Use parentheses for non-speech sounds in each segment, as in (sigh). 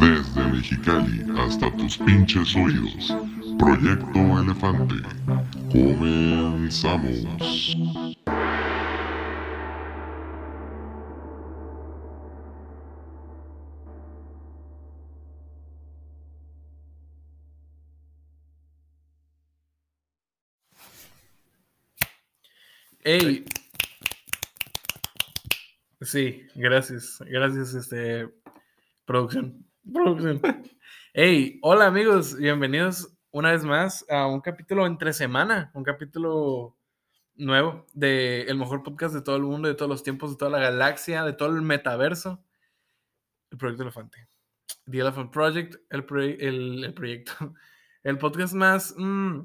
Desde Mexicali hasta tus pinches oídos, Proyecto Elefante. Comenzamos. Ey. Sí, gracias. Gracias, este. Producción. Producción. Ey, hola amigos, bienvenidos una vez más a un capítulo entre semana, un capítulo nuevo de el mejor podcast de todo el mundo, de todos los tiempos, de toda la galaxia, de todo el metaverso. El proyecto Elefante. The Elephant Project, el, proye- el- el proyecto. (laughs) El podcast más mm,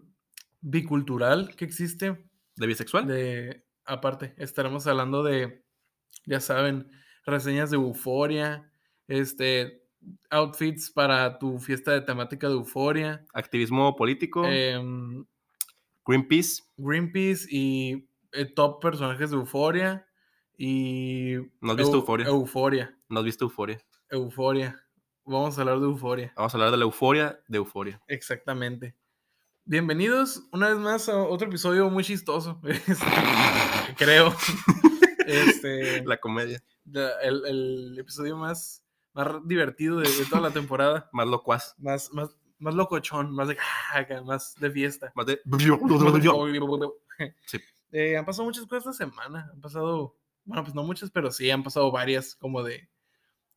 bicultural que existe. ¿De bisexual? De, aparte, estaremos hablando de, ya saben, reseñas de euforia, este, outfits para tu fiesta de temática de euforia, Activismo político, em, Greenpeace, Greenpeace y eh, top personajes de euforia y... ¿No has visto Euphoria? Euforia, ¿no has visto Euforia? euforia. Vamos a hablar de euforia. Vamos a hablar de la euforia de Euforia. Exactamente. Bienvenidos una vez más a otro episodio muy chistoso, (laughs) este, (laughs) creo. Este, La comedia, la- el, el episodio más, más r- divertido de, de toda la temporada. más locuaz, (laughs) Más, más, más locochón, más de ah, acá, más de fiesta. (laughs) más de... Sí. Eh, han pasado muchas cosas esta semana. Han pasado, bueno, pues no muchas, pero sí, han pasado varias como de,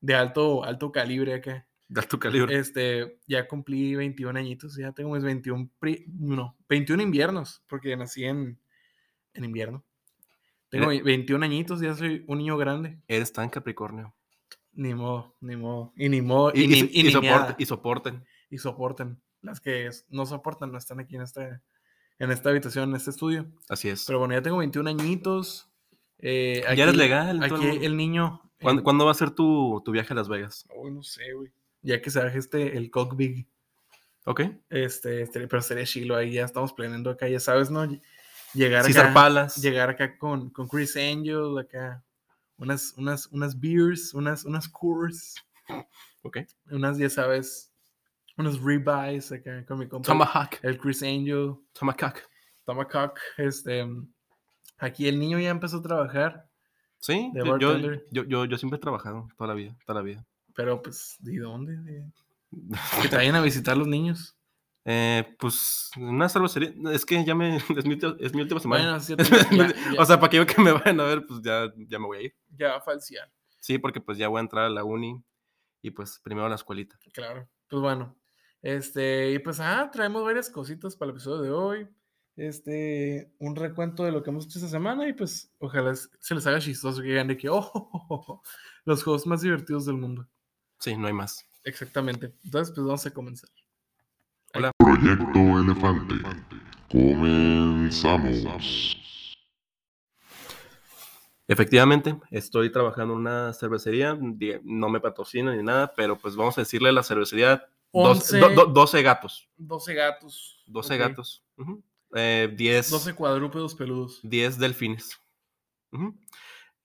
de alto, alto calibre acá. de alto calibre. Este, ya cumplí 21 añitos, ya tengo mis 21, pri- no, 21 inviernos, porque nací en, en invierno. Tengo Mira. 21 añitos, ya soy un niño grande. Eres tan Capricornio. Ni modo, ni modo. Y ni modo. Y, Y, ni- y- y y ni soporte- nada. y soporten. Y soporten. Las que s- no soportan no están aquí en esta, en esta habitación, en este estudio. Así es. Pero bueno, ya tengo 21 añitos. eh, aquí, ya eres legal. en todo Aquí el mundo. el niño. ¿Cuándo, eh, cuándo va a ser tu, tu viaje a Las Vegas? oh, no sé, güey. Ya que se baje este, el cockbig. ¿Ok? Este, este, pero sería chilo ahí. Ya estamos planeando acá, ya sabes, ¿no? Ll- Llegar César acá. Palas. Llegar acá con, con Chris Angel, acá. Unas, unas, unas beers, unas, unas cures. ¿Ok? unas, ya sabes, unos ribeyes acá con mi compa. Tomahawk. El Chris Angel, Tomahawk. Tomahawk, este, aquí el niño ya empezó a trabajar, Sí, De yo, yo, bartender. yo- yo- yo siempre he trabajado toda la vida, toda la vida. pero pues, ¿de dónde? (laughs) De- Que te vayan a visitar los niños. Eh, pues, una cervecería. Es que ya me. (laughs) Es mi, ulti- es mi última semana. Bueno, (laughs) sí, (laughs) ya, ya- O sea, para que yo que me vayan a ver, pues ya, ya me voy a ir. ya va a falsear, Sí, porque pues ya voy a entrar a la uni y pues primero a la escuelita. claro. Pues bueno, este, y pues, ah, traemos varias cositas para el episodio de hoy. Este, un recuento de lo que hemos hecho esta semana y pues, ojalá s- se les haga chistoso que digan de que, oh, (laughs) los juegos más divertidos del mundo. Sí, no hay más. Exactamente. Entonces, pues vamos a comenzar. Proyecto Elefante. Comenzamos. Efectivamente, estoy trabajando en una cervecería, di- no me patrocina ni nada, pero pues vamos a decirle a la cervecería dos- 11, do- do- 12 gatos, 12 gatos. 12 ok, gatos, ujú, eh, 10, 12 cuadrúpedos peludos. 10 delfines. ujú.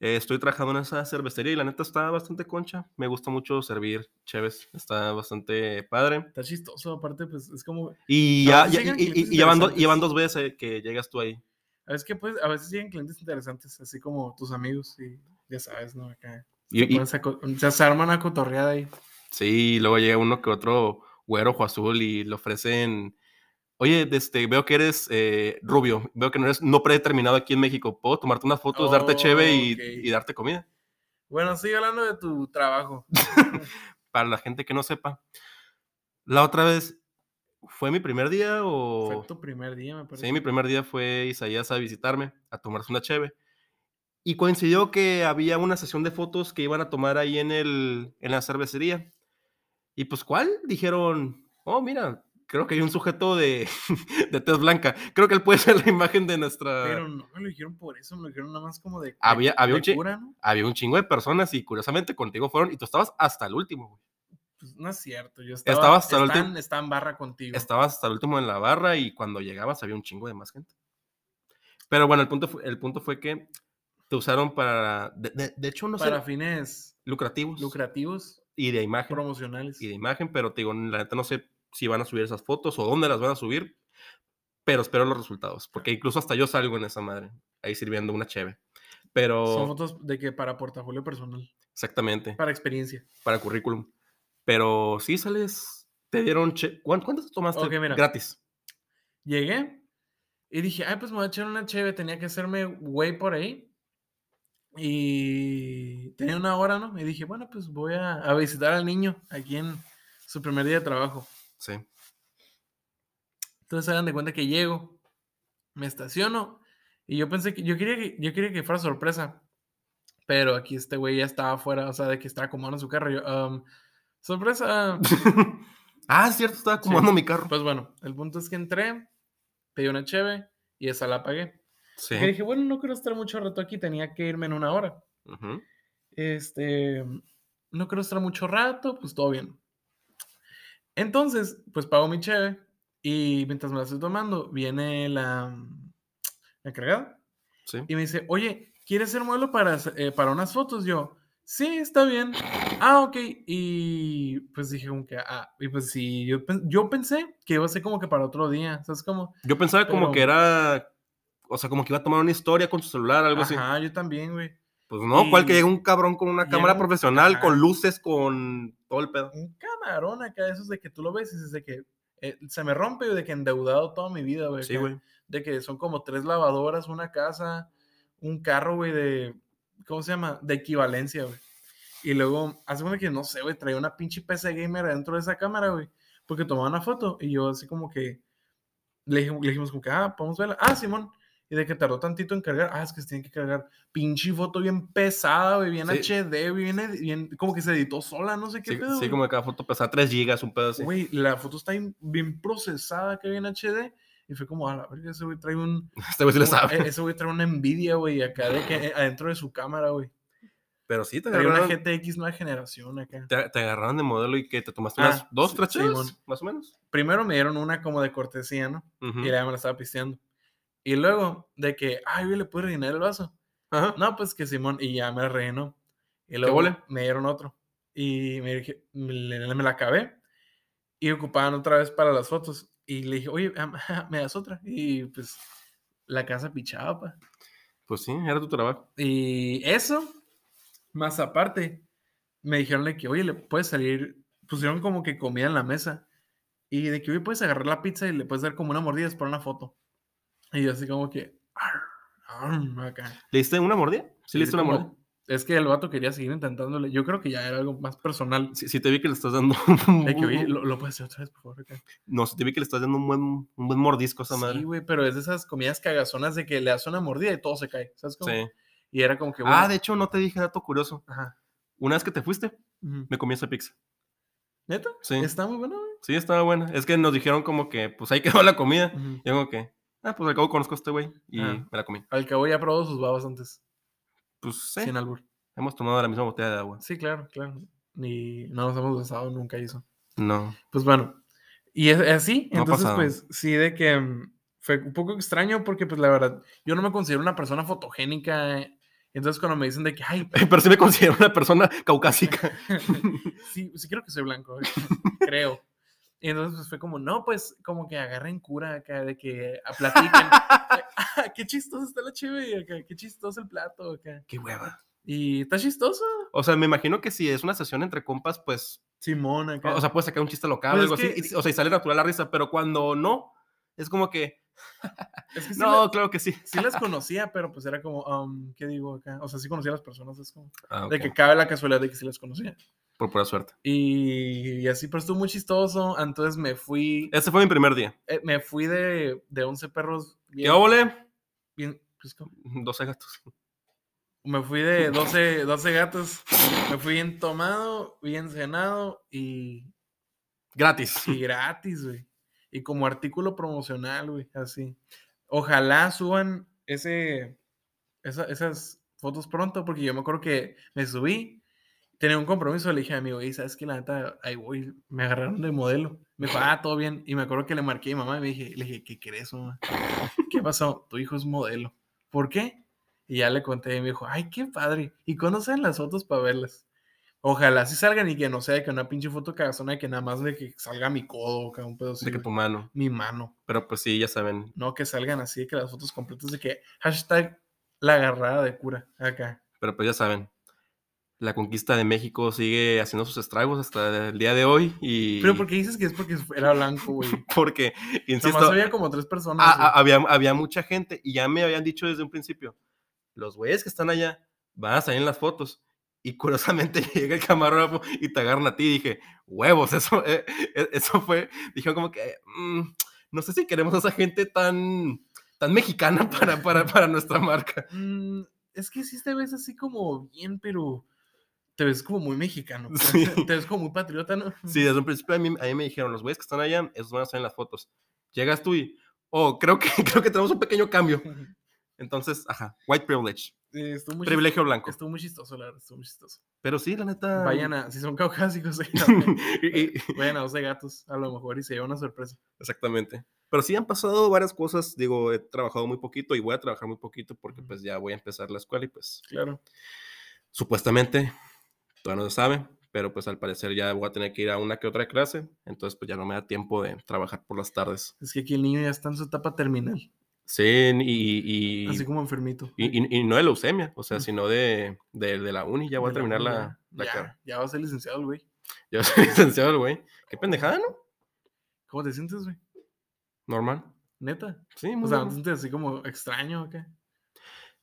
Eh, estoy trabajando en esa cervecería y la neta está bastante concha, me gusta mucho servir chéves, está bastante padre. Está chistoso, aparte, pues es como. Y A ya, veces ya- llegan y- y- clientes y ya van do- interesantes. y ya van dos veces eh, que llegas tú ahí. A veces, que, pues, a veces llegan clientes interesantes, así como tus amigos, y ya sabes, ¿no? Acá. Y- se y- ponen a co- se, se arman a cotorreada ahí. sí, y luego llega uno que otro güero ojo azul y le ofrecen, oye, de este, veo que eres eh, rubio, veo que no eres no predeterminado aquí en México, ¿puedo tomarte unas fotos, darte cheve y, Ok. y darte comida? Bueno, sigue hablando de tu trabajo. Para la gente que no sepa, la otra vez, ¿fue mi primer día o...? Fue tu primer día, me parece. Oh. Sí, mi primer día fue Isaías a visitarme, a tomarse una cheve. Y coincidió que había una sesión de fotos que iban a tomar ahí en, el, en la cervecería. Y pues, ¿cuál? Dijeron, oh, mira, creo que hay un sujeto de, (laughs) de tez blanca. Creo que él puede ser la imagen de nuestra... Pero no me lo dijeron por eso, me lo dijeron nada más como de. de- Había- había de un chi- cura, ¿no? Había un chingo de personas y curiosamente contigo fueron y tú estabas hasta el último. güey. Pues no es cierto. Yo estaba. Estaba hasta el están- último- está en barra contigo. Estabas hasta el último en la barra y cuando llegabas había un chingo de más gente. Pero bueno, el punto, fu- el punto fue que te usaron para. De, de- de hecho, no para sé. fines Lucrativos. lucrativos, y de imagen. promocionales. Y de imagen, pero te digo, la neta no sé si van a subir esas fotos o dónde las van a subir. Pero espero los resultados. Porque incluso hasta yo salgo en esa madre. Ahí sirviendo una cheve. Pero. Son fotos de que para portafolio personal, Exactamente. para experiencia. para currículum. Pero sí sales, te dieron... Che ¿Cuán- ¿Cuántas tomaste Ok, mira. gratis? Llegué y dije, ay, pues me voy a echar una chévere, tenía que hacerme güey por ahí. Y tenía una hora, ¿no? Y dije, bueno, pues voy a, a visitar al niño aquí en su primer día de trabajo. Sí. (laughs) Entonces hagan de cuenta que llego, me estaciono y yo pensé que yo quería que, yo quería que fuera sorpresa, pero aquí este güey ya estaba afuera, o sea, de que estaba acomodando su carro. y yo, "Um, sorpresa. ah, es cierto, estaba acomodando mi carro. Pues bueno, el punto es que entré, pedí una cheve y esa la pagué. Sí. Y dije, bueno, no quiero estar mucho rato aquí, tenía que irme en una hora. Ujú. Este, no quiero estar mucho rato, pues todo bien. Entonces, pues pago mi cheve y mientras me la estoy tomando, viene la, la encargada Sí. y me dice, oye, ¿quieres ser modelo para, hacer- eh, para unas fotos? Yo, sí, está bien. Ah, ok. Y pues dije como que, ah, y pues sí, yo, pen- yo pensé que iba a ser como que para otro día, ¿sabes cómo? Yo pensaba como que Pero- era... O sea, como que iba a tomar una historia con su celular, algo así. Ajá, yo también, güey. Pues no, cual que Y- llega un cabrón con una llega cámara un- profesional, ajá. con luces, con todo el pedo. Un camarón acá, de esos de que tú lo ves y dices de que eh, se me rompe, de que endeudado toda mi vida, güey. Sí, acá. güey. De que son como tres lavadoras, una casa, un carro, güey, de, ¿cómo se llama? De equivalencia, güey. Y luego, hace cuenta que, no sé, güey, traía una pinche PC gamer adentro de esa cámara, güey. Porque tomaba una foto y yo así como que, le, dije- le dijimos como que, ah, podemos verla. Ah, Simón. Y de que tardó tantito en cargar. Ah, es que se tiene que cargar. Pinche foto bien pesada, güey, bien Sí. HD, güey, bien, edi- bien- como que se editó sola, no sé qué Sí, pedo. sí, güey. como que cada foto pesaba 3 gigas, un pedo así. Güey, la foto está bien, bien procesada, que bien HD. Y fue como, a la verga, ese güey trae un, (laughs) Este güey sí le como- sabe. e- Ese güey trae una envidia, güey, acá de que eh, adentro de su cámara, güey. Pero sí, te Trae una agarraron, GTX nueva generación acá. te, te agarraron de modelo y que te tomaste Ah, unas dos, sí, tres sí, chelas, mon. más o menos. Primero me dieron una como de cortesía, ¿no? Ujú. Y la me la estaba pisteando. Y luego, de que, ay, güey, le pude rellenar el vaso. Ajá. No, pues que Simón, y ya me la rellenó. Y luego huele? me dieron otro. Y me dije, me, le- me la acabé. Y ocupaban otra vez para las fotos. Y le dije, oye, (laughs) me das otra. Y pues, la casa pichaba, pa. Pues sí, era tu trabajo. Y eso, más aparte, me dijeron de que, oye, le puedes salir, pusieron como que comida en la mesa. Y de que, oye, puedes agarrar la pizza y le puedes dar como una mordida, es para una foto. Y yo así como que, "Arr, arm", acá. ¿Le diste una mordida? Sí, Y le diste una como- mordida. Es que el vato quería seguir intentándole. Yo creo que ya era algo más personal. Si, te vi que le estás dando. De (laughs) que, oye, un- lo, lo puedes hacer otra vez, por favor. acá". No, si te vi que le estás dando un buen, un buen mordisco a esa madre. Sí, güey, pero es de esas comidas cagazonas de que le das una mordida y todo se cae. ¿Sabes cómo? Sí. Y era como que, Ah, bueno, de hecho, no te dije dato curioso. Ajá. Una vez que te fuiste, ujú. me comí esa pizza. ¿Neta? Sí. Está muy bueno, güey. Sí, estaba buena. Es que nos dijeron como que, pues ahí quedó la comida. Ujú. Y yo como que, ah, pues al cabo conozco a este güey. Y Ah. me la comí. Al cabo ya probó sus babas antes, Pues sí, sin albur. hemos tomado la misma botella de agua. Sí, claro, claro. Ni no nos hemos besado nunca hizo. No. Pues bueno, y es- así, No ha entonces pasado. pues sí de que mm, fue un poco extraño porque pues la verdad, yo no me considero una persona fotogénica. eh, Entonces cuando me dicen de que, (laughs) ay, (laughs) Pero sí me considero una persona caucásica. sí, sí creo que soy blanco, eh, creo. Y entonces pues, fue como, no, pues como que agarren cura acá, de que ah, platiquen. (laughs) (laughs) "Ah, qué chistoso está la chévere acá, qué chistoso el plato acá. (laughs) Qué hueva. Y está chistoso, O sea, me imagino que si es una sesión entre compas, pues Simón acá. O o sea, puedes sacar un chiste local Pues o algo es que así. y- sí. o sea, y sale natural la risa, pero cuando no, es como que. Es que sí No, claro que sí. sí las conocía, pero pues era como, um, ¿qué digo acá? O sea, sí conocía a las personas, es como, Ah, de que cabe la casualidad de que sí las conocía. Por pura suerte. Y, y así, pero estuvo muy chistoso, entonces me fui, Ese fue mi primer día. eh, me fui de, de 11 perros ¿Qué bien, óvole? bien- pues, ¿cómo? 12 gatos. me fui de 12, 12 gatos, me fui bien tomado, bien cenado y, Gratis. y Pues gratis, güey. Y como artículo promocional, güey, así. Ojalá suban ese, esa- esas fotos pronto, porque yo me acuerdo que me subí, tenía un compromiso, le dije a mi amigo, "Ey, ¿sabes qué? La neta, ahí voy, me agarraron de modelo. Me dijo, ah, todo bien. Y me acuerdo que le marqué a mi mamá y me dije, le dije, ¿qué crees, mamá? ¿Qué pasó? Tu hijo es modelo. ¿por qué? Y ya le conté y me dijo, ay, qué padre. ¿Y cuándo salen las fotos para verlas? Ojalá sí salgan y que no sea de que una pinche foto cagazona de que nada más de que salga mi codo, que un pedo así, de que güey, tu mano. mi mano. Pero pues sí, ya saben. No que salgan así, de que las fotos completas de que hashtag la agarrada de cura acá. Pero pues ya saben. La conquista de México sigue haciendo sus estragos hasta el día de hoy. Y... Pero porque dices que es porque era blanco, güey. (laughs) Porque, insisto, Nomás había como tres personas. Ah, güey. ah, había, había mucha gente y ya me habían dicho desde un principio, los güeyes que están allá van a salir en las fotos. Y curiosamente (laughs) llega el camarógrafo y te agarran a ti. Y dije, huevos, eso, eh, eh, eso fue. Dijeron como que, "Mm, no sé si queremos a esa gente tan, tan mexicana para, para, para nuestra marca. Mm, es que sí te ves así como bien, pero te ves como muy mexicano. pues, (laughs) Sí. Te ves como muy patriota, ¿no? (laughs) Sí, desde un principio a mí, a mí me dijeron, los güeyes que están allá, esos van a salir en las fotos. Llegas tú y, oh, creo que, (laughs) creo que tenemos un pequeño cambio. Entonces, ajá, white privilege, Eh, estuvo, muy chis- privilegio blanco. estuvo muy chistoso, la verdad, estuvo muy chistoso. Pero sí, la neta. (laughs) Vayan a, si son caucásicos, (laughs) Y- y- vayan a dos de gatos, a lo mejor, y se lleva una sorpresa. Exactamente. Pero sí han pasado varias cosas. Digo, he trabajado muy poquito y voy a trabajar muy poquito porque Ujú. pues ya voy a empezar la escuela y pues Claro. supuestamente todavía no se sabe, pero pues al parecer ya voy a tener que ir a una que otra clase. Entonces pues ya no me da tiempo de trabajar por las tardes. Es que aquí el niño ya está en su etapa terminal, Sí, y, y, así como enfermito. y- y- y no de leucemia, o sea, Ujú. sino de, de, de la uni. Ya voy a De la terminar uni, la, ya, la ya, carrera. (laughs) ya va a ser licenciado, el güey. Ya soy licenciado, güey. Qué pendejada, ¿no? ¿Cómo te sientes, güey? Normal. Neta. Sí, O muy sea, mm. ¿no normal. te sientes así como extraño o qué?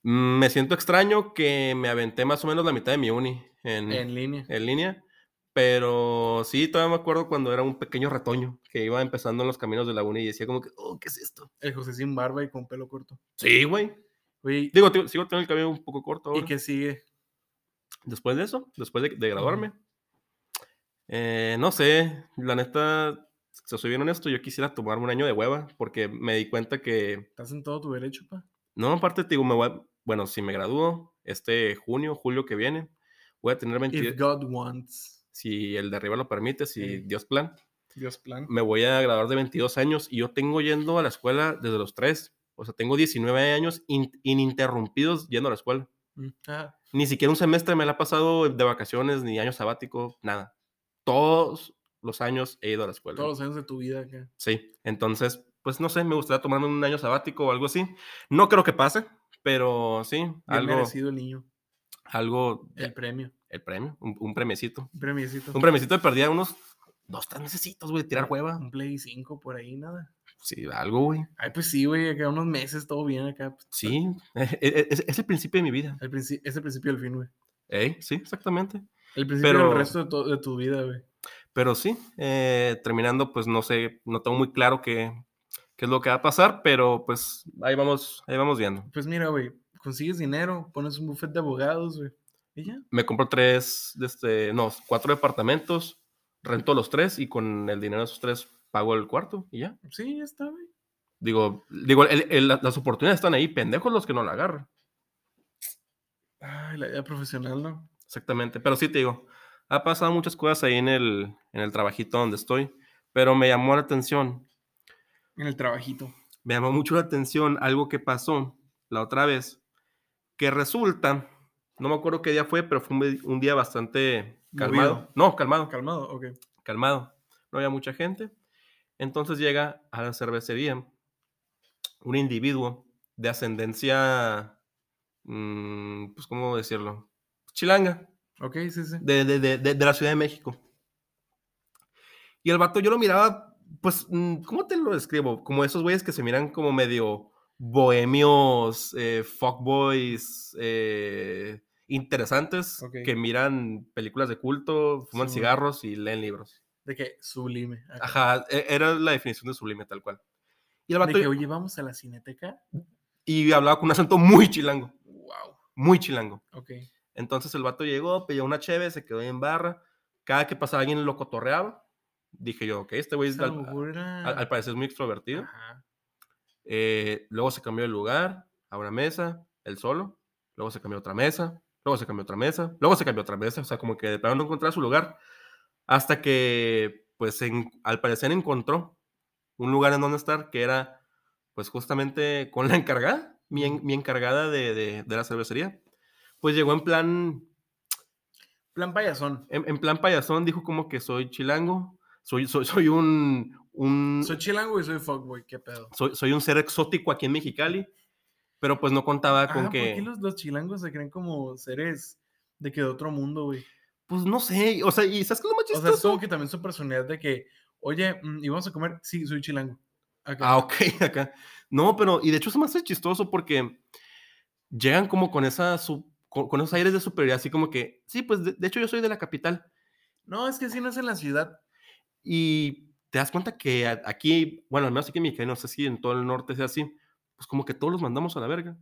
Mm, Me siento extraño que me aventé más o menos la mitad de mi uni en, en... En línea. línea. Pero sí, todavía me acuerdo cuando era un pequeño ratoño que iba empezando en los caminos de la uni y decía como que, oh, ¿qué es esto? El José sin barba y con pelo corto. Sí, güey. Oye, Digo, te- sigo teniendo el cabello un poco corto ¿y ahora. qué sigue? Después de eso, después de, de graduarme. eh, no sé, la neta, si soy bien honesto, yo quisiera tomarme un año de hueva porque me di cuenta que, ¿Estás en todo tu derecho, pa? no, aparte, te digo, me voy a- bueno, si me gradúo este junio, julio que viene, voy a tener 20 If God wants. si el de arriba lo permite, si Ey. Dios plan, Dios plan. me voy a graduar de 22 años y yo tengo yendo a la escuela desde los 3. O sea, tengo 19 años in- ininterrumpidos yendo a la escuela. Mm, ah, Ni siquiera un semestre me la ha pasado de vacaciones, ni año sabático, nada. Todos los años he ido a la escuela. todos los años de tu vida acá. Sí, entonces, pues no sé, me gustaría tomarme un año sabático o algo así. No creo que pase, pero sí, Bien algo, merecido el niño. algo, El premio. el premio, un, un premiecito. Un premiecito. Un premiecito de perdida, unos dos, tres necesitos, güey, de tirar hueva. Un Play 5 por ahí, nada. Sí, algo, güey. Ay, pues sí, güey, acá unos meses todo bien acá. pues, Sí, e- e- (laughs) es, es el principio de mi vida. al princi- es el principio del fin, güey. Ey, Sí, exactamente. El principio Pero- del resto de, to- de tu vida, güey. Pero sí, eh, terminando, pues no sé, no tengo muy claro qué, qué es lo que va a pasar, pero pues ahí vamos, ahí vamos viendo. Pues mira, güey, consigues dinero, pones un buffet de abogados, güey. Y ya. Me compro tres, de este, no, cuatro departamentos, rento los tres y con el dinero de esos tres pago el cuarto y ya. Sí, ya está, güey. Digo, digo, el- el- la- las oportunidades están ahí, pendejos los que no la agarran. Ay, la vida profesional, ¿no? Exactamente, pero sí te digo, ha pasado muchas cosas ahí en el, en el trabajito donde estoy, pero me llamó la atención En el trabajito. me llamó mucho la atención algo que pasó la otra vez, que resulta, no me acuerdo qué día fue, pero fue un, di- un día bastante calmado. Movido. No, calmado, Calmado, ok. calmado. No había mucha gente. Entonces llega a la cervecería un individuo de ascendencia, mm, pues, ¿cómo decirlo? Chilanga Ok, sí, sí. de, de- de- de- de la Ciudad de México. Y el vato yo lo miraba, pues, mm, ¿cómo te lo describo? Como esos güeyes que se miran como medio bohemios, eh, fuckboys, eh, interesantes, Ok. que miran películas de culto, fuman Simón. cigarros y leen libros. De que sublime. acá. Ajá, e- era la definición de sublime tal cual. Y el De vato, que, oye, vamos a la cineteca. y hablaba con un acento muy chilango, Wow. muy chilango. Ok. Entonces el vato llegó, pidió una cheve, se quedó ahí en barra. Cada que pasaba alguien lo cotorreaba. Dije yo, ok, este güey Pues, es a al, lo mejor era- al- al parecer es muy extrovertido. Ajá. Eh, luego se cambió de lugar a una mesa, él solo. Luego se cambió a otra mesa, luego se cambió a otra mesa, luego se cambió a otra mesa. O sea, como que de plano no encontraba su lugar. Hasta que, pues, en- al parecer encontró un lugar en donde estar que era, pues, justamente con la encargada. mi, en- mi encargada de, de- de la cervecería, pues llegó en plan, Plan payasón. en, en plan payasón, dijo como que soy chilango, soy, soy, soy un, un, Soy chilango y soy fuckboy, qué pedo. soy, soy un ser exótico aquí en Mexicali, pero pues no contaba con Ah, que... ¿Por qué los, los chilangos se creen como seres de que de otro mundo, güey? Pues no sé, o sea, ¿y sabes qué es lo más O sea, chistoso? es como que también su personalidad de que, oye, mm, ¿y vamos a comer? Sí, soy chilango. Acá. Ah, ok, (laughs) acá. No, pero, y de hecho se me hace chistoso porque llegan como con esa, su- con, con esos aires de superioridad, así como que, sí, pues de, de hecho yo soy de la capital. No, es que si no es en la ciudad. Y te das cuenta que a- aquí, bueno, al menos aquí en Mexicali, no sé si en todo el norte sea así, pues como que todos los mandamos a la verga.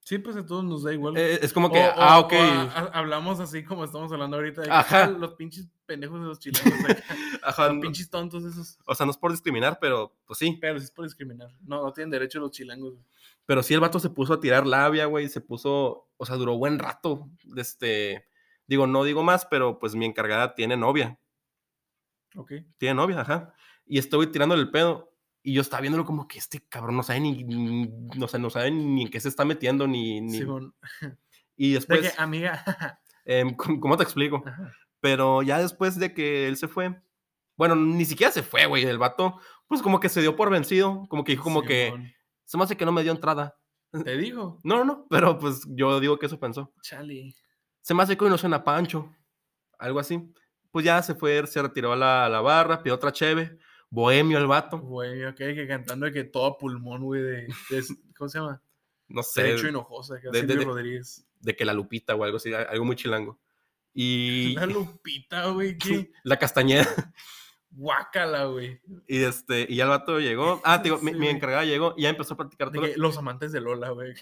Sí, pues a todos nos da igual. Eh, es como que, O- o- ah, o ok. a- a- hablamos así como estamos hablando ahorita. De que, Ajá. "Ah, los pinches pendejos de los chilangos. (laughs) acá, ajá, los no- pinches tontos esos. o sea, no es por discriminar, pero pues sí. Pero sí es por discriminar. No, no tienen derecho los chilangos. güey. Pero sí, el vato se puso a tirar labia, güey. Se puso, o sea, duró buen rato. Este, digo, no digo más, pero pues mi encargada tiene novia. Ok. Tiene novia, ajá. Y estoy tirándole el pedo. Y yo estaba viéndolo como que este cabrón no sabe ni, ni- no, sé, no sabe ni en qué se está metiendo, ni. pues ni- Simón. y De después, que, ah amiga. (laughs) em, (laughs) ¿cómo cómo te explico? ajá. Pero ya después de que él se fue, bueno, ni siquiera se fue, güey. El vato, pues como que se dio por vencido, como que dijo, como que Simón. se me hace que no me dio entrada. Te digo, No, no, no, pero pues yo digo que eso pensó. Chali. se me hace que hoy no suena Pancho, algo así. Pues ya se fue, se retiró a la, a la barra, pidió otra cheve, bohemio el vato, Güey, ok, que cantando de que todo a pulmón, güey, de, de- ¿Cómo se (laughs) llama? no sé, Derecho Hinojosa, que de- Silvio de- de- Rodríguez. de que la Lupita o algo así, a- algo muy chilango. (laughs) Y La Lupita, (laughs) güey, que la Castañeda, (laughs) guácala, güey. y este, y ya el vato llegó, ah, te digo, mi, Sí, mi güey. encargada llegó y ya empezó a platicar De todo. que los amantes de Lola, güey.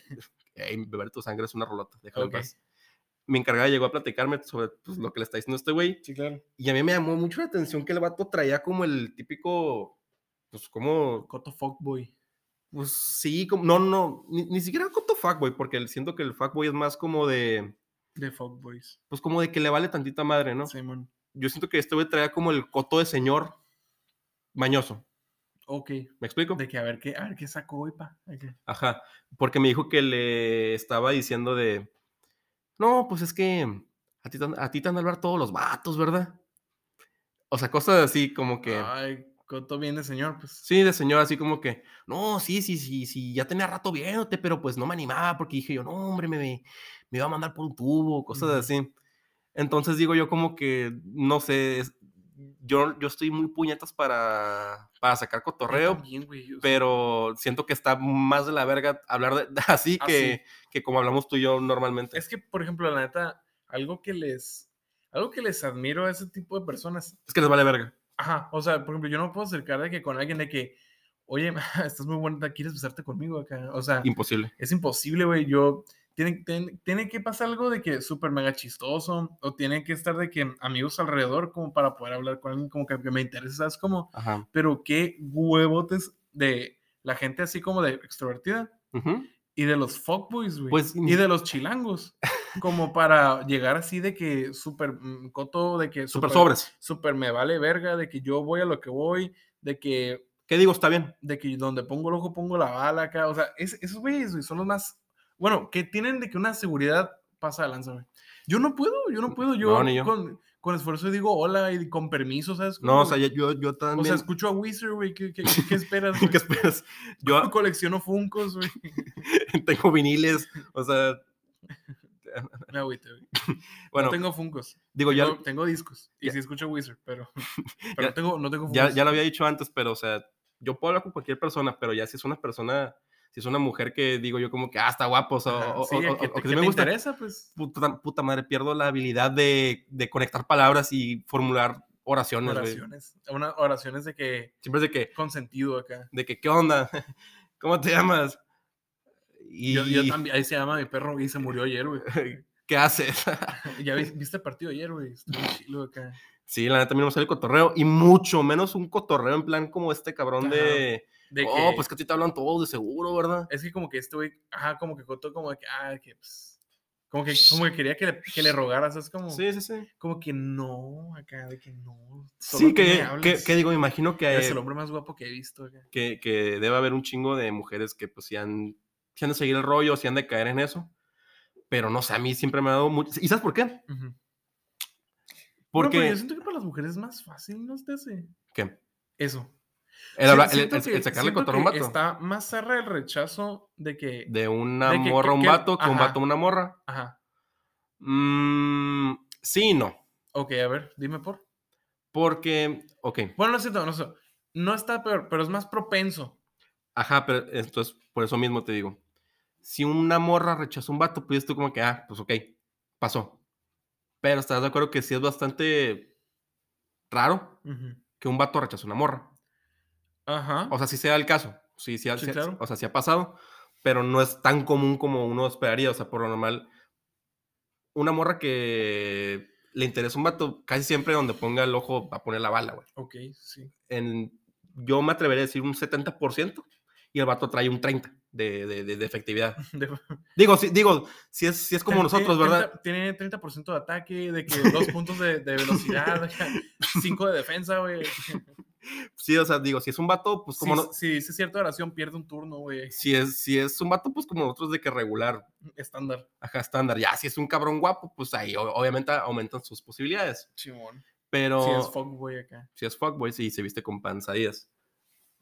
Ey, beber tu sangre es una rolota, déjalo en Ok. paz. Mi encargada llegó a platicarme sobre pues, lo que le está diciendo este güey, Sí, claro. y a mí me llamó mucho la atención que el vato traía como el típico, pues como, Coto Fuckboy. Pues sí, como, no, no, ni, ni siquiera coto fuckboy, porque el- siento que el fuckboy es más como de, De Fuckboys. pues como de que le vale tantita madre, ¿no? Simón. Yo siento que este güey traía como el coto de señor mañoso, Ok. ¿me explico? De que a ver qué, a ver qué sacó hoy, pa. Ok. Ajá, porque me dijo que le estaba diciendo de, no, pues es que a ti, te han- a ti te van a hablar todos los vatos, ¿verdad? O sea, cosas así como que... Ay, Coto viene, señor, pues. Sí, de señor, así como que, no, sí, sí, sí, sí, ya tenía rato viéndote, pero pues no me animaba porque dije yo, no, hombre, me, ve- me iba a mandar por un tubo, cosas Ujú. así. Entonces digo yo como que, no sé, es- yo, yo estoy muy puñetas para, para sacar Yo cotorreo, también, güey, o sea, pero siento que está más de la verga hablar de- (laughs) así Ah, que, que como hablamos tú y yo normalmente. Es, Es que, por ejemplo, la neta, algo que les. Algo que les admiro a ese tipo de personas que les vale verga. Ajá, o sea, por ejemplo, yo no me puedo acercar de que con alguien de que, oye, (laughs) estás muy bonita, ¿quieres besarte conmigo acá? O sea, Imposible. es imposible, güey. Yo, tiene, tiene, tiene que pasar algo de que súper mega chistoso, o tiene que estar de que amigos alrededor, como para poder hablar con alguien, como que, que me interesa, ¿sabes? Como, Ajá. pero qué huevotes de la gente así como de extrovertida Ujú. y de los fuckboys, güey. Pues, y de los chilangos, como para llegar así de que súper mm, coto, de que Súper sobres. súper me vale verga, de que yo voy a lo que voy, de que, ¿Qué digo? Está bien. de que donde pongo el ojo pongo la bala acá. O sea, es- esos güeyes güey, son los más, bueno, que tienen de que una seguridad pasa de lanza, güey. Yo no puedo, yo no puedo, yo, ni yo. Con, con esfuerzo digo hola y con permiso, ¿sabes? No, o cómo, sea, güey? ya- yo, yo también... (laughs) O sea, escucho a Wizard, güey, ¿qué, qué, qué esperas? ¿Qué güey? esperas? Yo, Colecciono Funkos, güey. (laughs) (laughs) tengo viniles, o sea, Me agüité, güey. bueno, no tengo Funkos, digo, ya, tengo, tengo discos. Y ya- sí escucho Wizard, (laughs) pero, pero Ya- no tengo, no tengo ya, Funkos. ya lo había dicho antes, pero, o sea, yo puedo hablar con cualquier persona, pero ya si es una persona, si es una mujer que digo yo como que, ah, está guapo, o, sea, Ajá, o- sí, o- que o- te- o que que sí me te gusta, interesa, pues. puta, puta madre, pierdo la habilidad de, de conectar palabras y formular oraciones, güey. Oraciones. Una, oraciones de que Siempre es de que, con sentido acá. de que, ¿qué onda? (laughs) ¿Cómo te llamas? Y, Yo, yo también, ahí se llama mi perro y se murió ayer, güey. (laughs) (laughs) ¿Qué haces? (laughs) Ya vi- viste el partido ayer, güey. Estuvo chilo acá. sí, la neta, a mí no me sale el cotorreo, y mucho menos un cotorreo en plan como este cabrón Ajá. de... De oh, que, pues que a ti te hablan todos de seguro, ¿verdad? Es que como que este güey, ajá, como que contó como que, ah, que pues. Como que, como que quería que le, que le rogaras, es como, Sí, sí, sí. como que no, acá, de que no. solo Sí, tú me que, que, hablas. que digo, me imagino que, Eres eh, el hombre más guapo que he visto acá. que, que debe haber un chingo de mujeres que pues sí han si han de seguir el rollo, si han de caer en eso. Pero no sé, a mí siempre me ha dado mucho. ¿Y sabes por qué? Ujú. No, Porque. pero pues, yo siento que para las mujeres es más fácil, ¿no? Este, sí. ¿Qué? Eso. El, Sí, habla- el- siento el- que- el sacarle siento contra un que vato. Está más cerca el rechazo de que. De una de que- morra a un que- vato que un ajá. vato a una morra. Ajá. Mm, sí y no. Ok, a ver, dime por. Porque, ok, Bueno, no es cierto, no es cierto. No está peor, pero es más propenso. ajá, pero entonces por eso mismo te digo. Si una morra rechazó un vato, pues tú como que, ah, pues ok, pasó. Pero estás de acuerdo que sí es bastante raro Ujú. que un vato rechace una morra. Ajá. O sea, sí se da el caso. Sí, sí, ha- Sí, sí- claro. O sea, sí ha pasado. Pero no es tan común como uno esperaría. O sea, por lo normal, una morra que le interesa un vato, casi siempre donde ponga el ojo va a poner la bala, güey. ok, sí. (laughs) En, yo me atrevería a decir un 70% y el vato trae un 30% de, de- de- de efectividad. De- Digo, sí, digo, si es, si es como Ten- nosotros, tiene ¿verdad? 30 Tiene 30% de ataque, de que dos puntos de, de velocidad, 5 de defensa, güey. Sí, o sea, digo, si es un vato, pues como Si, no- si dice cierta oración, pierde un turno, güey. Si es, si es un vato, pues como nosotros de que regular, Estándar. Ajá, estándar. Ya, si es un cabrón guapo, pues ahí o- obviamente aumentan sus posibilidades. Simón. Pero Si es fuckboy acá. si es fuckboy, sí, se viste con panzadillas.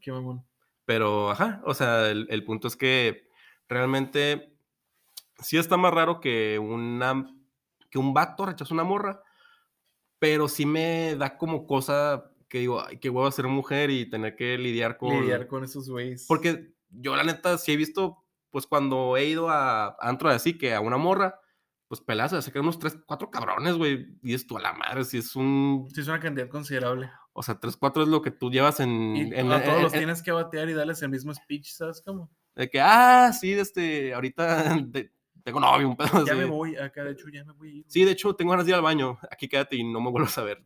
Qué mamón. Pero, ajá, o sea, el, el punto es que realmente sí está más raro que, una, que un vato rechaza una morra, pero sí me da como cosa que digo, ay, qué huevo ser mujer y tener que lidiar con... Lidiar con esos güeyes. Porque yo la neta sí he visto, pues cuando he ido a antro así, que a una morra, pues peladas, se sacan unos tres, cuatro cabrones, güey. Y es tú a la madre, si es un... Sí, es una cantidad considerable. O sea, tres, cuatro es lo que tú llevas en... Y en- Mm, e, eh, a todos en- los en- tienes que batear y darles el mismo speech, ¿sabes cómo? De que, ah, sí, este, ahorita (laughs) de- tengo novio, un pedo Ya así. me voy, acá de hecho ya me voy. Sí, de hecho, tengo ganas de ir al baño. Aquí quédate y no me vuelvas a ver.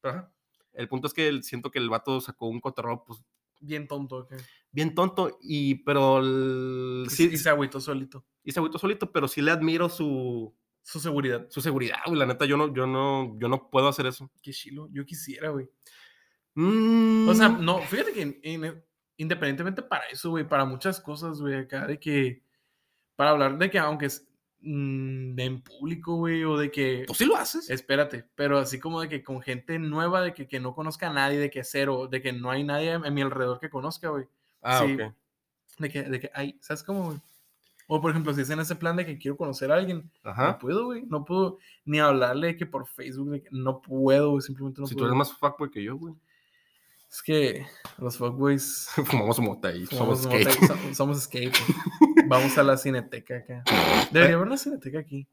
Pero, ajá, El punto es que el- siento que el vato sacó un cotorreo, pues, Bien tonto acá. bien tonto. Y, pero... el- Pues, Y- Sí, y se agüitó solito. y se agüitó solito, pero sí le admiro su... Su seguridad. su seguridad, güey. La neta, yo no, yo no, yo no puedo hacer eso. Qué chilo. Yo quisiera, güey. O sea, Mm. no, fíjate que en- en- independientemente para eso, güey, para muchas cosas, güey, acá de que. Para hablar de que, aunque es. mm, de en público, güey, o de que. tú sí lo haces. Espérate, pero así como de que con gente nueva, de que, que no conozca a nadie, de que cero, de que no hay nadie a mi alrededor que conozca, güey. ah, sí. ok. De que, de que, ay, ¿sabes cómo, güey? O por ejemplo, si es en ese plan de que quiero conocer a alguien, no Ajá. puedo, güey, no puedo ni hablarle de que por Facebook, de que no puedo, güey, simplemente no si tú puedo. eres más fuckboy que yo, güey. (laughs) Es que los fuckboys Fumamos mota y (laughs) somos, somos skate. mota- so- somos skate, (laughs) güey. Vamos a la cineteca acá. Debería haber una cineteca aquí.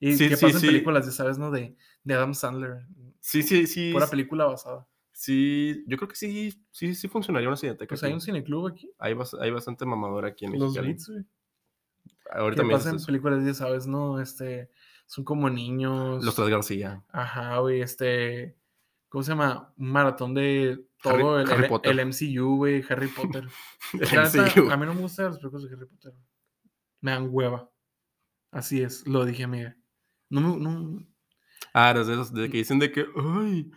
Y Sí, que sí, pasen sí. películas, ya sabes, ¿no? De, de Adam Sandler. Sí, sí, sí. Pura película basada. Sí, yo creo que sí, sí, sí funcionaría una cineteca. Pues aquí. hay un cineclub aquí. Hay bas- hay bastante mamadora aquí en Los México. Beats, güey. Ahorita Que me dices pasan eso. películas, ya sabes, ¿no? Este, son como niños. Los tres García. Ajá, güey, este. ¿Cómo se llama? Un maratón de todo Harry- el, Harry el- Potter. el MCU, güey, Harry (laughs) Potter. La neta, a MCU. mí no me gustan los películas de Harry Potter. güey. Me dan hueva. Así es, lo dije, amiga. No me. No... Ah, eres de esos de que dicen de que, ay,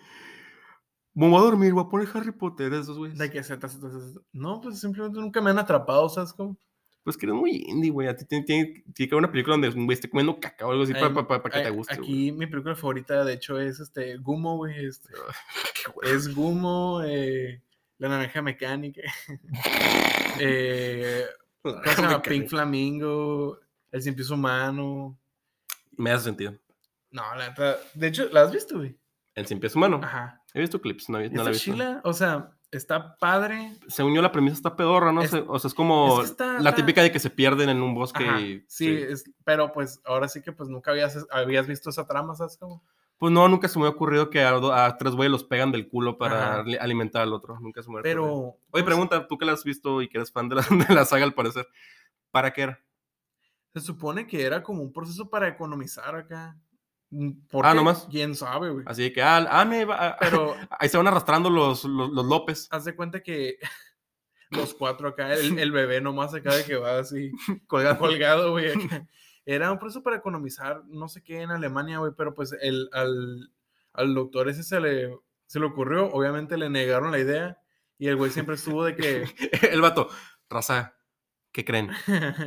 me voy a dormir, voy a poner Harry Potter, esos güeyes. De que zeta, zeta, zeta. No, pues simplemente nunca me han atrapado, ¿sabes cómo? Pues que eres muy indie, güey. A ti tiene, tiene- tiene que haber una película donde un güey esté comiendo caca o algo así Ay, para, que te ay, guste. güey. Aquí mi película favorita, de hecho, es este Gumo, güey. este, (laughs) es Gumo, eh, La Naranja Mecánica. (laughs) eh, ¿Cómo (laughs) se llama? Pink Flamingo, El Sin Pies Humano. Me hace sentido. No, la neta. De hecho, ¿la has visto, güey? El sin pies humano. Ajá. He visto clips, no, he- ¿Y no está la he visto. chila? O sea, está padre. Según yo, la premisa está pedorra, ¿no? Es- sé, o sea, es como es que está- la está- típica de que se pierden en un bosque. Ajá, y- sí, es- pero pues ahora sí que pues nunca habías, habías visto esa trama, ¿sabes cómo? Pues no, nunca se me ha ocurrido que a, do- a tres güeyes los pegan del culo para Ajá. ali- alimentar al otro. Nunca se me ha ocurrido. Pero... pues, Oye, pregunta, tú que la has visto y que eres fan de la, (laughs) de la saga, al parecer. ¿Para qué era? Se supone que era como un proceso para economizar acá. Mm, ¿Por Ah, qué? nomás. ¿Quién sabe, güey? Así de que, ah, ah, me va- ah, Pero ahí se van arrastrando los, los, los López. (laughs) haz de cuenta que (laughs) los cuatro acá, el, el bebé nomás acá de que va así (laughs) colgados. colgado, güey. (laughs) acá. Era un proceso para economizar no sé qué en Alemania, güey, pero pues el, al, al doctor ese se le, se le ocurrió, (laughs) (laughs) obviamente le negaron la idea y el güey siempre estuvo de que... El vato, raza, ¿Qué creen?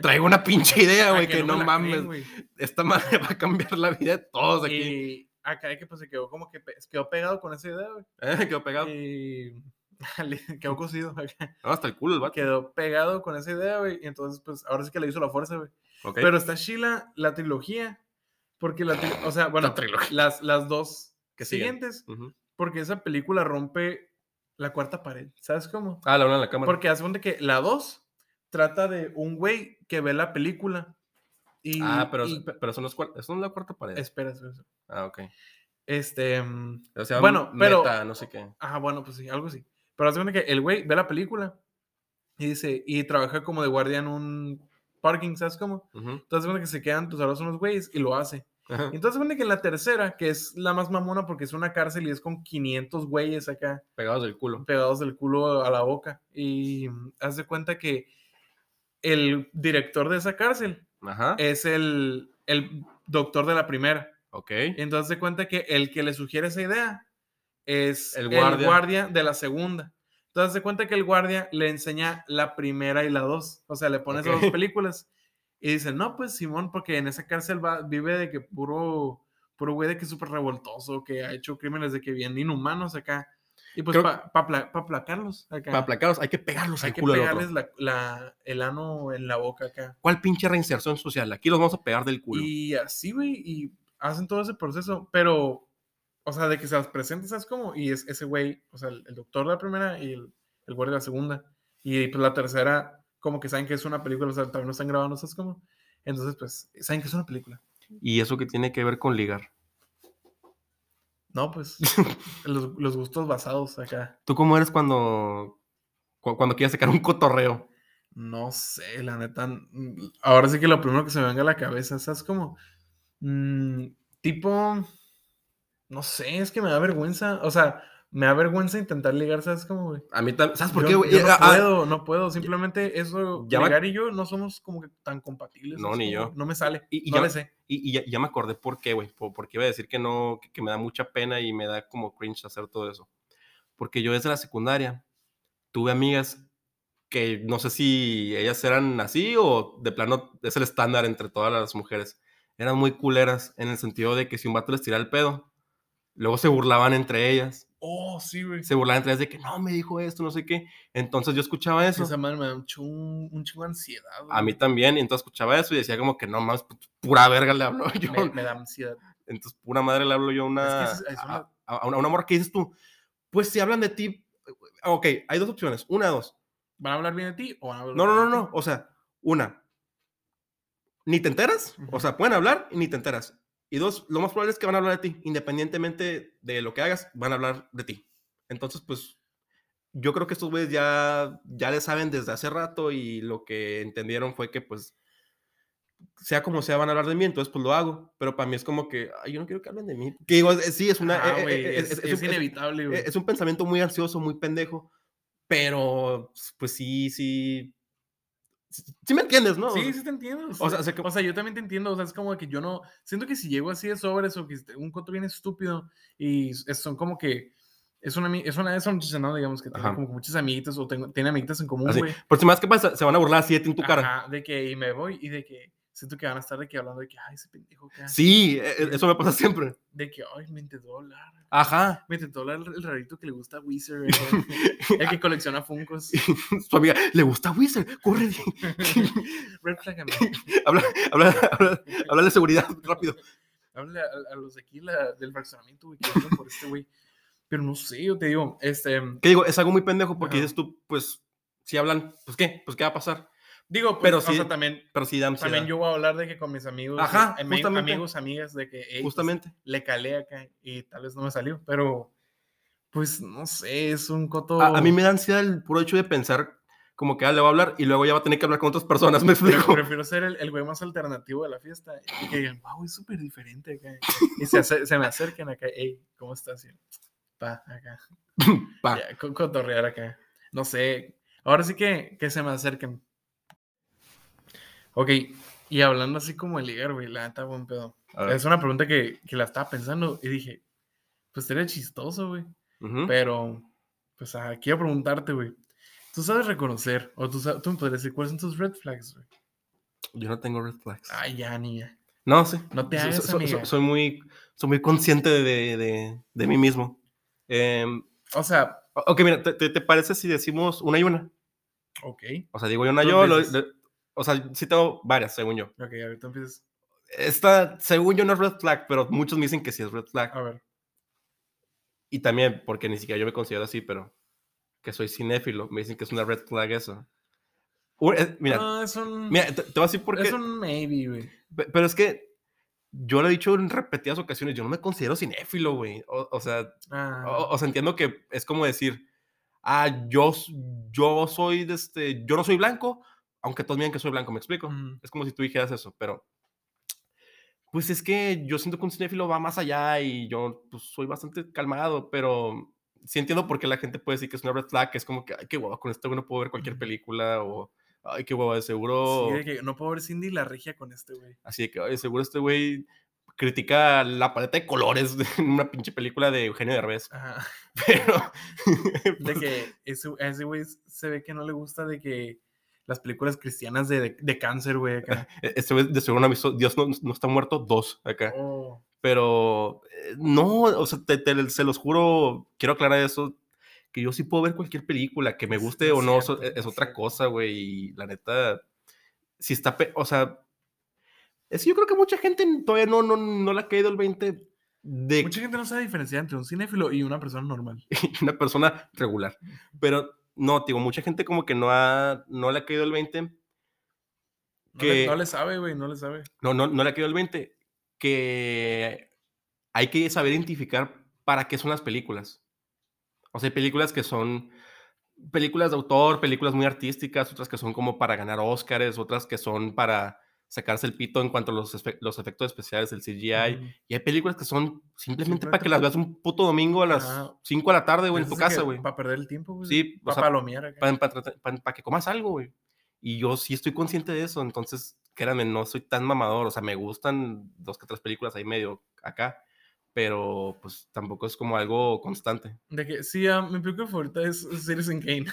Traigo una (laughs) pinche idea, Ah, güey, Ah, que, no, me la creen, mames. güey. Esta madre va a cambiar la vida de todos aquí. Y ah, caray, que pues se quedó como que pe- se quedó pegado con esa idea, güey. Eh, quedó pegado. Y (laughs) le (laughs) quedó cosido, acá. No, hasta el culo el vato. quedó pegado con esa idea, güey. Y entonces, pues ahora sí que le hizo la fuerza, güey. Ok. Pero está chila la trilogía, porque la, tri- o sea, bueno, La trilogía. las, las dos Que siguen. siguientes, Ujú. porque esa película rompe la cuarta pared, ¿sabes cómo? Ah, la una en la cámara. Porque hace cuenta que la 2 trata de un güey que ve la película. Y, ah, pero, eh. y- pero son, los cuar- son la cuarta pared. espera, espera, espera. Ah, ok. Este. mm, O sea, Bueno, pero- meta, no sé qué. Ah, bueno, pues sí, algo así. Pero hace cuenta que el güey ve la película y dice, y trabaja como de guardia en un parking, ¿sabes cómo? Ujú. Entonces hace cuenta que se quedan tus ahora son los güeyes y lo hace. Ajá. Entonces hace cuenta que la tercera, que es la más mamona porque es una cárcel y es con 500 güeyes acá Pegados del culo. pegados del culo a la boca. Y hace cuenta que el director de esa cárcel Ajá. es el, el doctor de la primera. ok. Entonces se cuenta que el que le sugiere esa idea es El el guardia, guardia. de la segunda. Entonces se cuenta que el guardia le enseña la primera y la dos. O sea, le pone esas Ok. dos películas. Y dice, no, pues Simón, porque en esa cárcel va- vive de que puro, puro güey de que es súper revoltoso, que ha hecho crímenes de que bien inhumanos acá. Y pues Creo- para pa, pla- pa placarlos acá. Para aplacarlos, hay que pegarlos Hay al que culo del otro. pegarles la- la- el ano en la boca acá. ¿Cuál pinche reinserción social? Aquí los vamos a pegar del culo. Y así, güey, y hacen todo ese proceso, pero, o sea, de que se las presenta, ¿sabes cómo? Y es ese güey, o sea, el, el doctor de la primera y el, el guardia de la segunda. Y pues la tercera, como que saben que es una película, o sea, también lo están grabando, ¿sabes cómo? Entonces, pues, saben que es una película. ¿Y eso que tiene que ver con ligar? No, pues, los, los gustos basados acá. ¿Tú cómo eres cuando, cu- cuando quieres sacar un cotorreo? No sé, la neta. mm, Ahora sí que lo primero que se me venga a la cabeza, ¿sabes cómo? Mm, tipo. No sé, es que me da vergüenza. O sea, me da vergüenza intentar ligar, ¿sabes cómo, güey? A mí también. ¿Sabes por Yo- qué, güey? yo no Ah, ah, puedo, no puedo. Simplemente eso, ya me- ligar y yo no somos como que tan compatibles. No, ¿sabes ni cómo? yo. No me sale. Y- y no ya- le sé. Y, y ya, ya me acordé por qué, güey. Por, porque iba a decir que no, que, que me da mucha pena y me da como cringe hacer todo eso. Porque yo desde la secundaria tuve amigas que no sé si ellas eran así o de plano es el estándar entre todas las mujeres. Eran muy culeras en el sentido de que si un vato les tiraba el pedo, luego se burlaban entre ellas. Oh, sí, güey. Se burlaban entre ellas de que no, me dijo esto, no sé qué. Entonces yo escuchaba eso. Esa madre me da un chun- un, chingo de ansiedad. A mí güey. también, y entonces escuchaba eso y decía como que no mames, pu- pura verga le habló (laughs) yo. Me, me da ansiedad. Entonces, pura madre le hablo yo a una, Es que es- es a- una- a- a una, a una morra que dices tú, pues si hablan de ti, ok, hay dos opciones, una, dos. ¿Van a hablar bien de ti o van a hablar No, no, mal no, de ti? no, o sea, una, ni te enteras, o Ujú. sea, pueden hablar y ni te enteras. Y dos, lo más probable es que van a hablar de ti, independientemente de lo que hagas, van a hablar de ti. Entonces, pues, yo creo que estos güeyes ya, ya le saben desde hace rato y lo que entendieron fue que, pues, sea como sea, van a hablar de mí, entonces pues lo hago. Pero para mí es como que, "Ay, yo no quiero que hablen de mí. Que digo, es- sí, es una. Ah, eh, eh, güey, eh, es, es- es es un- es- inevitable, güey. eh, es un pensamiento muy ansioso, muy pendejo. Pero, pues sí, sí. Sí, sí me entiendes, ¿no? Sí, sí te entiendo. O O sea, sea, sé que- o sea, yo también te entiendo. O sea, es como que yo no. Siento que si llego así de sobres o que este- un coto bien estúpido y es- son como que. Es una, ami- es una, es un chisenado, digamos, que tiene Ajá. como que muchas amiguitas o tengo- tiene amiguitas en común, Así, güey. Por si más que pasa, se van a burlar así de ti en tu cara. Ajá, de que y me voy y de que siento que van a estar de que hablando de que, ay, ese pendejo que Sí, e- e- eso me pasa siempre. De que, ay, me intentó hablar. Ajá. Me intentó hablar el, el rarito que le gusta a Wizard, güey, (laughs) el que colecciona Funkos. Su amiga, le gusta Wizard, corre. (laughs) Red flag amigo. (laughs) habla, habla, habla, (laughs) habla (laughs) de seguridad rápido. Háblale a, a los de aquí la- del fraccionamiento, güey, que andan por este güey. Pero no sé, yo te digo, este, Que digo, es algo muy pendejo porque Ajá. dices tú, pues, si hablan, pues qué, pues qué va a pasar. digo, pues, Pero o sí, sea, también, Pero sí da ansiedad. Pues, también yo voy a hablar de que con mis amigos, Ajá, eh, ami- justamente. amigos, amigas, de que "Ey, pues, Justamente. le calé acá y tal vez no me salió, pero pues no sé, es un coto. A, a mí me da ansiedad el puro hecho de pensar como que ah, le va a hablar y luego ya va a tener que hablar con otras personas, me Pre- explico. (laughs) Prefiero ser el, el güey más alternativo de la fiesta. Y que digan, wow, es súper diferente acá. Y se, ace- se me acerquen acá, hey, ¿cómo estás? Y yo, Pa, acá. Pa. Ya, co- cotorrear acá. No sé. Ahora sí que, que se me acerquen. Ok. Y hablando así como de ligar, güey, la neta, buen pedo. A ver. Es una pregunta que, que la estaba pensando y dije, pues sería chistoso, güey. Ujú. Pero, pues ah, quiero preguntarte, güey. Tú sabes reconocer, o tú, sa- tú me podrías decir, ¿cuáles son tus red flags, güey? Yo no tengo red flags. Ay, ya, niña. No, sí. No te So- hagas, so- so- amiga. soy, muy, soy muy consciente de, de- de mí mismo. Em, O sea, o- ok, mira, ¿te, te, te parece si decimos una y una? ok, O sea, digo yo una Dos yo. lo- veces. lo- o sea, sí tengo varias, según yo. ok, ahorita empiezas. Esta, según yo, no es red flag, pero muchos me dicen que sí es red flag. A ver, Y también, porque ni siquiera yo me considero así, pero que soy cinéfilo, me dicen que es una red flag eso. U- eh, Mira, no, es un. mira te, te voy a decir por qué. Ah. es un maybe, güey. Pe- Pero es que yo lo he dicho en repetidas ocasiones, yo no me considero cinéfilo, güey. O, o sea, Ah, o, o sea, entiendo que es como decir, ah, yo, s- yo soy, de este, yo no soy blanco, aunque todos miren que soy blanco, ¿me explico? ujú. Es como si tú dijeras eso, pero... Pues es que yo siento que un cinéfilo va más allá y yo pues, soy bastante calmado, pero sí entiendo por qué la gente puede decir que es una red flag, que es como que, ay, qué guau, con esto no puedo ver cualquier Ujú. película, o ay, qué guau, de seguro... Sí, de que no puedo ver Cindy y la regia con este, güey. Así de que, oye, seguro este güey critica la paleta de colores de una pinche película de Eugenio Derbez. (laughs) Ajá. Pero. (laughs) De pues, que ese, a ese güey se ve que no le gusta de que las películas cristianas de, de, cáncer, güey. acá. e- (laughs) Este güey de seguro no ha visto Dios no, no está muerto, dos acá. (laughs) Oh, Pero. eh, No, o sea, te- te- se los juro, quiero aclarar eso. Que yo sí puedo ver cualquier película, que me Es- guste no o es no, cierto, eso- es, no es otra cierto. cosa, güey. Y la neta, si está. pe- O sea. Es que yo creo que mucha gente todavía no, no, no le ha caído el 20 de Mucha gente no sabe diferenciar entre un cinéfilo y una persona (laughs) normal. y (laughs) una persona regular. Pero no, te digo, mucha gente como que no, ha, no le ha caído el 20, No, le, Que- no le sabe, güey, no le sabe. no, no, no le ha caído el 20, que hay que saber identificar para qué son las películas. O sea, hay películas que son películas de autor, películas muy artísticas, otras que son como para ganar Óscares, otras que son para sacarse el pito en cuanto a los, espe- los efectos especiales del CGI. Ujú. Y hay películas que son simplemente Simplemente para que las veas un puto domingo a las Ajá. 5 de la tarde o Pues en tu es de que casa, güey. Para perder el tiempo, güey. Sí, o Para sea, palomear acá. para que comas algo, güey. Y yo sí estoy consciente de eso, entonces, créanme, no soy tan mamador, o sea, me gustan dos que tres películas ahí medio acá, pero pues tampoco es como algo constante. De que, sí, ah, mi película favorita es Citizen (laughs) Kane.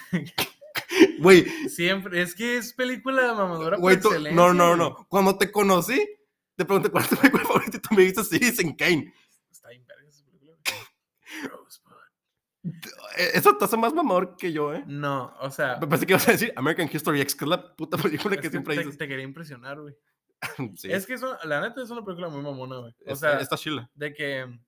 Güey, Siempre. Es que es película mamadora por güey, tú- excelencia. no, no, güey. no, cuando te conocí, te pregunté cuál es tu película (laughs) favorita y tú me dijiste Citizen Kane. Está bien verga esa película, (laughs) güey. Rosebud. Eh, Eso te hace más mamador que yo, ¿eh? No, o sea. Me Pensé que ibas a decir American History X, que es la puta película es que que siempre te, dices. (laughs) te quería impresionar, güey. Sí, Es que es una- la neta es una película muy mamona, güey. O es- sea, esta chila. de que.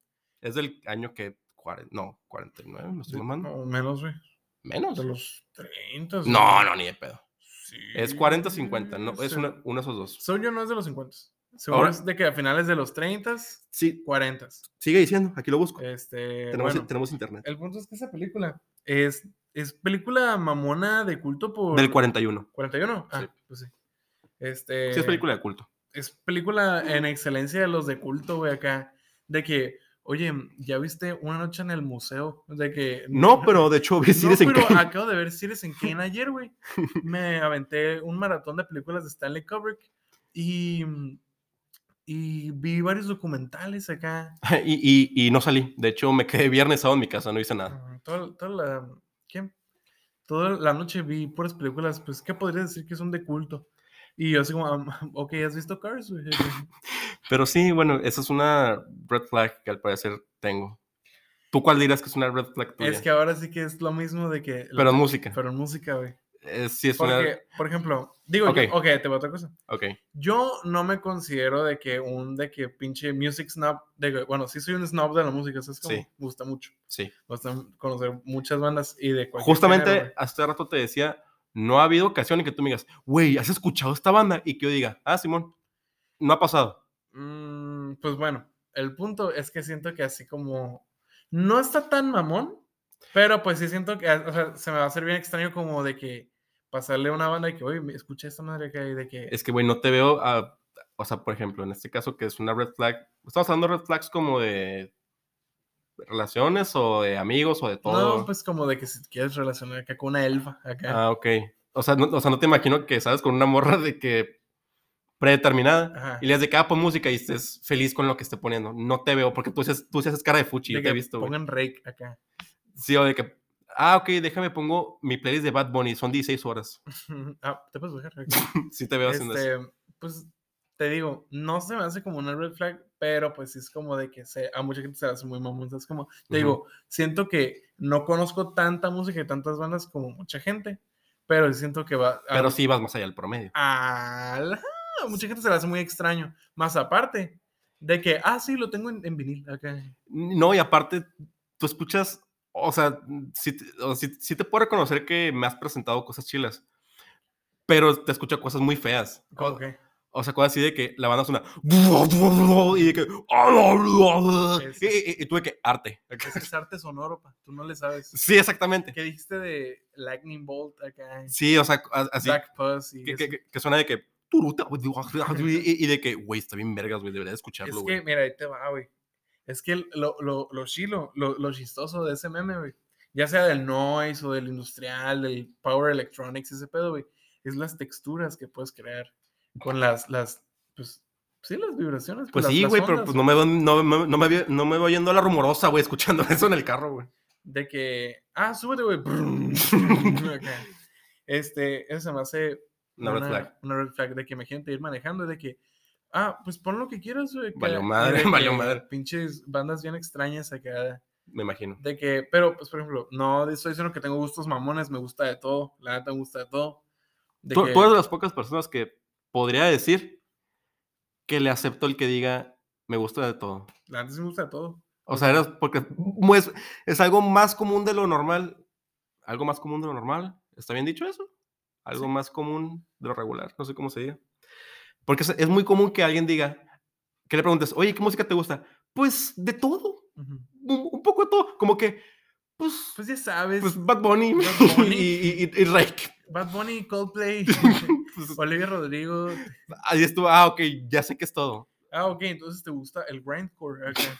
Es del año que... 40, no, 49, me estoy de- mamando. no, menos, güey. Menos. De los 30. No, güey. no, ni de pedo. Sí, Es 40-50, no, es se- una, uno de esos dos. Según yo no es de los 50. Según Ahora- es de que a finales de los 30, Sí, 40. sigue diciendo, aquí lo busco. Este, tenemos, bueno, tenemos internet. el punto es que esa película es, es película mamona de culto por... Del 41. 41. Ah, Sí. pues sí. Este, Sí, es película de culto. es película en excelencia de los de culto, güey, acá. De que, oye, ¿ya viste una noche en el museo? De que... No, (laughs) pero de hecho (laughs) vi No, Citizen pero Kane. acabo de ver Citizen Kane ayer, güey. Me aventé un maratón de películas de Stanley Kubrick y, mm, y vi varios documentales acá. (laughs) Y, y- y no salí. De hecho, me quedé viernes sábado en mi casa, no hice nada. Ah, Toda, toda la, ¿qué? toda la noche vi puras películas, pues, ¿qué podría decir que son de culto? Y yo así como, "Am- ok, ¿has visto (laughs) Cars? Pues güey?" Ah. Pero sí, bueno, esa es una red flag que al parecer tengo. ¿Tú cuál dirás que es una red flag tuya? es que ahora sí que es lo mismo de que... la- Pero en música. pero en música, güey. Eh, sí, es una... Porque, por ejemplo, digo, yo- Ok. ok, te voy a otra cosa. Ok. Yo no me considero de que un de que pinche music snob, de que, bueno, sí soy un snob de la música, eso es como Sí. me gusta mucho. Sí. Me gusta conocer muchas bandas y de cualquier Justamente género, güey. hace rato te decía, no ha habido ocasión en que tú me digas, güey, ¿has escuchado esta banda? Y que yo diga, ah, Simón, no ha pasado. Mm, pues bueno, el punto es que siento que así como no está tan mamón, pero pues sí siento que o sea, se me va a hacer bien extraño como de que pasarle a una banda y que, oye, me- escuché esta madre que hay de que Es que, güey, no te veo, ah, o sea, por ejemplo, en este caso que es una red flag, estamos hablando de red flags como de relaciones o de amigos o de todo. no, pues como de que si te quieres relacionar acá con una elfa acá. Ah, ok. O sea, no, o sea, no te imagino que sabes con una morra de que predeterminada Ajá. y le das de cada pon música y estés feliz con lo que esté poniendo. No te veo porque tú, haces- tú sí haces cara de fuchi, de yo te he que visto, güey. pongan rake acá. Sí, o de que Ah, ok, déjame pongo mi playlist de Bad Bunny, son 16 horas. (laughs) (laughs) Ah, te puedes bajar. Si te veo haciendo eso. Este, pues te digo, no se me hace como una red flag, pero pues sí es como de que se, a mucha gente se le hace muy mamón. Es como, te Ujú. digo, siento que no conozco tanta música y tantas bandas como mucha gente, pero sí siento que va. a- Pero sí vas más allá del promedio. Ala, a mucha gente se le hace muy extraño. Más aparte de que, ah, sí, lo tengo en, en vinil. acá. No, y aparte, tú escuchas, o sea, sí, te- o sí- sí te puedo reconocer que me has presentado cosas chilas, pero te escucho cosas muy feas. O, Como que, o sea, cosas así de que la banda suena (laughs) y de que... Sí, sí. Y, y- y tú de que arte. ese es arte sonoro, pa, tú no le sabes. (laughs) Sí, exactamente. ¿Qué dijiste de Lightning Bolt acá? Sí, o sea, a- así Black Puss y que, eso. que- que- que suena de que... (laughs) Y, y de que, güey, está bien vergas, güey, debería de escucharlo, Es güey. que, mira, ahí te va, güey. Es que el- lo, lo, lo chilo, lo, lo chistoso de ese meme, güey, ya sea del noise o del industrial, del power electronics, ese pedo, güey, es las texturas que puedes crear con las, las, pues, sí, las vibraciones. Pues las- sí, las güey, pero ondas, pues no me, veo- no, me- no me, veo- no me voy yendo a la rumorosa, güey, (laughs) escuchando eso en el carro, güey. De que, ah, súbete, (laughs) güey. (laughs) acá. Este, eso se me hace Una red flag. una red flag de que imagínate ir manejando y de que, ah, pues pon lo que quieras, güey. acá", Valió y de madre, (laughs) valió que madre. Pinches bandas bien extrañas acá. Me imagino. De que, pero, pues, por ejemplo, no estoy diciendo que tengo gustos mamones, me gusta de todo, la neta me gusta de todo. De Tú, que, tú eres de las pocas personas que podría decir que le acepto el que diga me gusta de todo. La neta sí me gusta de todo. O sea, eres porque mu- es, es algo más común de lo normal. Algo más común de lo normal. ¿Está bien dicho eso? Algo más común de lo regular. No sé cómo se diga. Porque es, es muy común que alguien diga, que le preguntes, oye, ¿qué música te gusta? Pues de todo. Ujú. Un, un poco de todo. Como que, pues, Pues ya sabes, pues Bad Bunny, Bad Bunny. (laughs) y, y, y- y Rake. Bad Bunny, Coldplay, (laughs) (laughs) Pues, Olivia Rodrigo. ahí estuvo. Ah, ok, ya sé que es todo. Ah, ok, entonces te gusta el grindcore. (laughs) acá.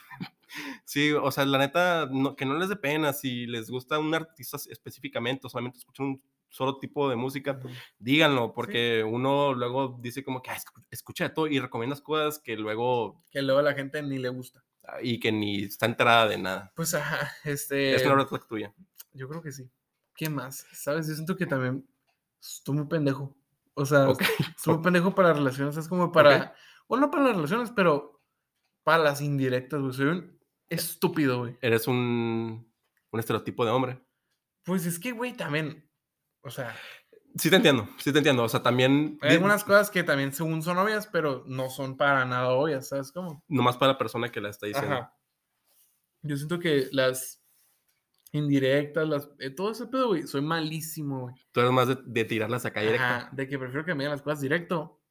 Sí, o sea, la neta, no- que no les dé pena si les gusta un artista s- específicamente o solamente escuchan un solo tipo de música, díganlo, porque uno luego dice como que "Ah, escu- escucha de todo y recomiendas cosas que luego que luego a la gente ni le gusta. ah, y que ni está enterada de nada. Pues ajá, este. es una red flag tuya. Yo creo que sí. ¿Qué más? Sabes, yo siento que también estoy muy pendejo. O sea, Ok, estoy muy pendejo para relaciones. Es como para. O no para las relaciones, pero para las indirectas, güey. Soy un estúpido, güey. Eres un, un estereotipo de hombre. Pues es que, güey, también. O sea, Sí te entiendo, sí te entiendo. O sea, también hay di- algunas cosas que también según son obvias, pero no son para nada obvias, ¿sabes cómo? nomás para la persona que la está diciendo. Ajá. Yo siento que las indirectas, las, eh, todo ese pedo, güey, soy malísimo, güey. Tú eres más de, de tirarlas acá directa. Ajá, de que prefiero que me digan las cosas directo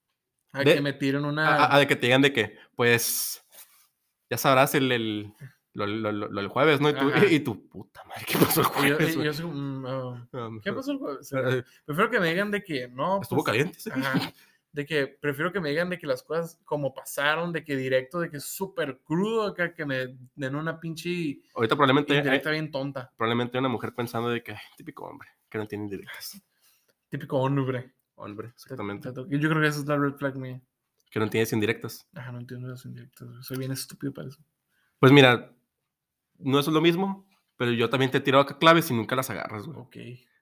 a De- que me tiren una. Ah, ah, de que te digan de que, pues, ya sabrás el, el, lo, lo- lo- lo del jueves, ¿no? Y tú, Ajá. y tú, puta madre, ¿qué pasó el y (laughs) yo, jueves? y güey?" yo soy como, "Mm, ah, Ah, me ¿Qué acuerdo. pasó el jueves? Ah, eh, Prefiero que me digan de que no. Estuvo pues, caliente. sí. ajá, de que prefiero que me digan de que las cosas como pasaron, de que directo, de que es súper crudo acá, que me den una pinche Ahorita probablemente, hay- indirecta bien tonta. probablemente hay una mujer pensando de que, "Ay, típico hombre, que no tiene indirectas. Típico hombre. Hombre, Te- exactamente. te toca. Yo creo que esa es la red flag mía. Que no tienes indirectas. Ajá, no entiendo las indirectas. güey, Soy bien estúpido para eso. Pues mira, no es lo mismo, pero yo también te he tirado acá claves y nunca las agarras, güey. Ok.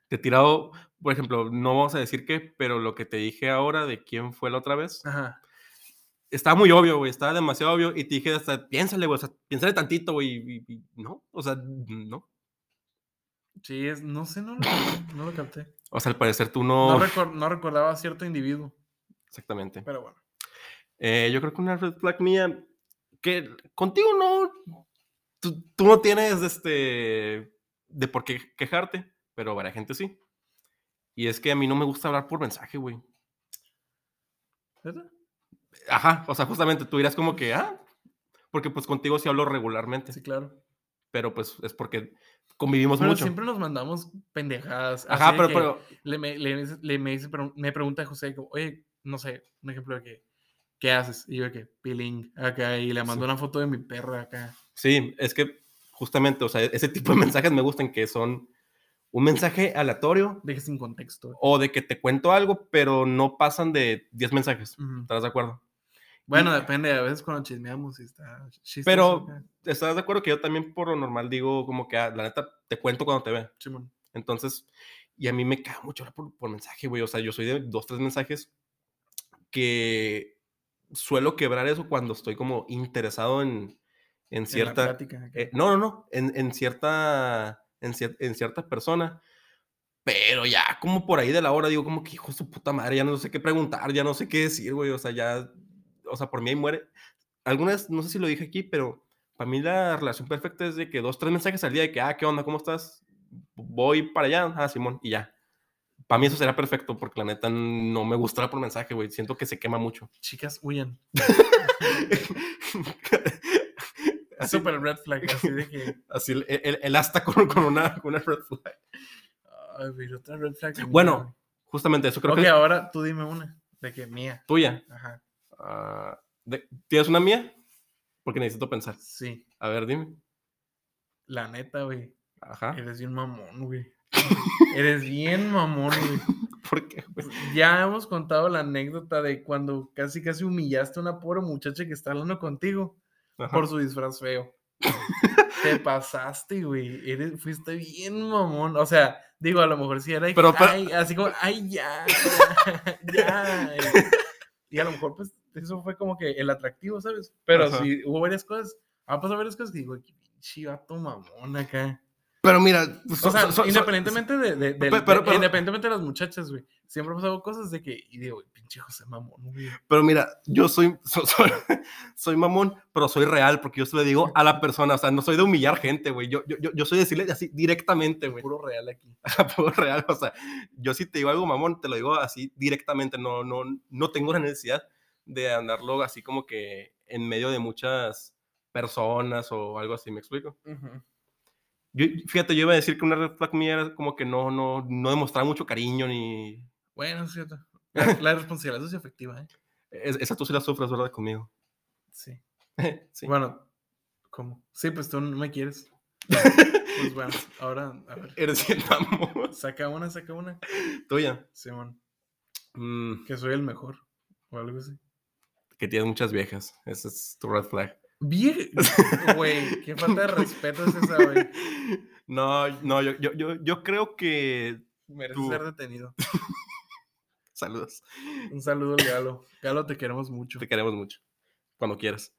Te he tirado, por ejemplo, no vamos a decir qué, pero lo que te dije ahora de quién fue la otra vez. Ajá. estaba muy obvio, güey, estaba demasiado obvio. Y te dije, hasta piénsale, güey, o sea, piénsale tantito, güey. Y, y- y no, o sea, no. Sí, es, no sé, no lo capté. No, lo capté. O sea, al parecer tú No no. recor- no recordaba a cierto individuo. Exactamente. Pero bueno. Eh, yo creo que una red flag mía, que contigo no. Tú, tú no tienes este. de por qué quejarte, pero para gente sí. Y es que a mí no me gusta hablar por mensaje, güey. ¿neta? Ajá, o sea, justamente tú dirás como que, ah, porque pues contigo sí hablo regularmente, Sí, claro. pero pues es porque convivimos Pero mucho. siempre nos mandamos pendejadas. Ajá, así de pero, que pero, Le, me, le dice- le me, dice pregun- me pregunta José, como, oye, no sé, un ejemplo de que, ¿qué haces? Y yo de que, peeling, acá, y le mandó una foto de mi perra acá. Sí, es que justamente, o sea, ese tipo de mensajes me gustan que son un mensaje aleatorio Deje sin contexto. o de que te cuento algo, pero no pasan de 10 mensajes. Ujú. ¿Estás de acuerdo? Bueno, depende, a veces cuando chismeamos y está chistoso Pero- acá. ¿Estás de acuerdo que yo también por lo normal digo como que, ah, la neta, te cuento cuando te vea? Simón. Entonces, y a mí me caga mucho hablar por, por mensaje, güey. O sea, yo soy de dos, tres mensajes que suelo quebrar eso cuando estoy como interesado en, en En la cierta... plática acá. eh, no, no, no, en, en cierta, en, cier- en cierta persona. Pero ya, como por ahí de la hora, digo como que hijo de su puta madre, ya no sé qué preguntar, ya no sé qué decir, güey. O sea, ya, o sea, por mí ahí muere. Algunas, no sé si lo dije aquí, pero para mí la relación perfecta es de que dos, tres mensajes al día de que, ah, ¿qué onda? ¿Cómo estás? Voy para allá, ah, Simón, y ya. Para mí eso será perfecto, porque la neta no me gustará por mensaje, güey. Siento que se (laughs) quema mucho. (laughs) Chicas, huyan. Es Así- Super red (laughs) flag, así de que. Así el, el, el asta con, con una, con una red flag. Ay, güey, otra red flag. que Bueno, justamente eso creo Ok, que es ahora tú dime una. De que mía. tuya. Ajá. Ah, de- ¿Tienes una mía? Porque necesito pensar. Sí. A ver, dime. La neta, güey. Ajá. Eres bien mamón, güey. Eres bien mamón, güey. ¿Por qué, güey? Ya hemos contado la anécdota de cuando casi casi humillaste a una pobre muchacha que está hablando contigo Ajá. por su disfraz feo. Te pasaste, güey. Eres, fuiste bien mamón. O sea, digo, a lo mejor sí era de que, Pero, pero- "Ay", así como, ay, (laughs) ya, ya. Y a lo mejor, pues, eso fue como que el atractivo, ¿sabes? Pero Ajá. sí, hubo varias cosas. Han pasado varias cosas que digo, "Qué pinche vato mamón acá. Pero mira, pues, O sea, independientemente de, de- del- Pe- de- pero- pero- independientemente de las muchachas, güey. Siempre ha pasado cosas de que, y digo, "Güey, pinche José mamón, güey. pero mira, yo soy, (laughs) so- so- soy mamón, pero soy real, porque yo se lo digo a la persona. O sea, no soy de humillar gente, güey. Yo, yo, yo, yo soy de decirle así directamente, güey. Puro real (laughs) aquí. Puro real. O sea, yo si te digo algo mamón, te lo digo así directamente. No, no, no tengo la necesidad de andarlo así como que en medio de muchas personas o algo así, ¿me explico? Yo, fíjate, yo iba a decir que una red flag mía era como que no, no, no demostraba mucho cariño ni... Bueno, es (laughs) cierto. La, la responsabilidad es efectiva, ¿eh? es- esa tú sí la sufres, ¿verdad? Conmigo. (laughs) Sí. sí. Bueno, ¿cómo? Sí, pues tú no me (laughs) quieres. Pues bueno, ahora, a ver. Eres bien mamón. Saca una, saca una. Tuya. Simón, Mm, que soy el mejor. O algo así. que tienes muchas viejas. Esa es tu red flag. Bien, güey, qué falta de respeto es esa, (laughs) güey. (laughs) No, no, yo, yo, yo, yo creo que... Mereces Tú. ser detenido. Saludos. Un saludo al Galo. Galo, te queremos mucho. Te queremos mucho. Cuando quieras.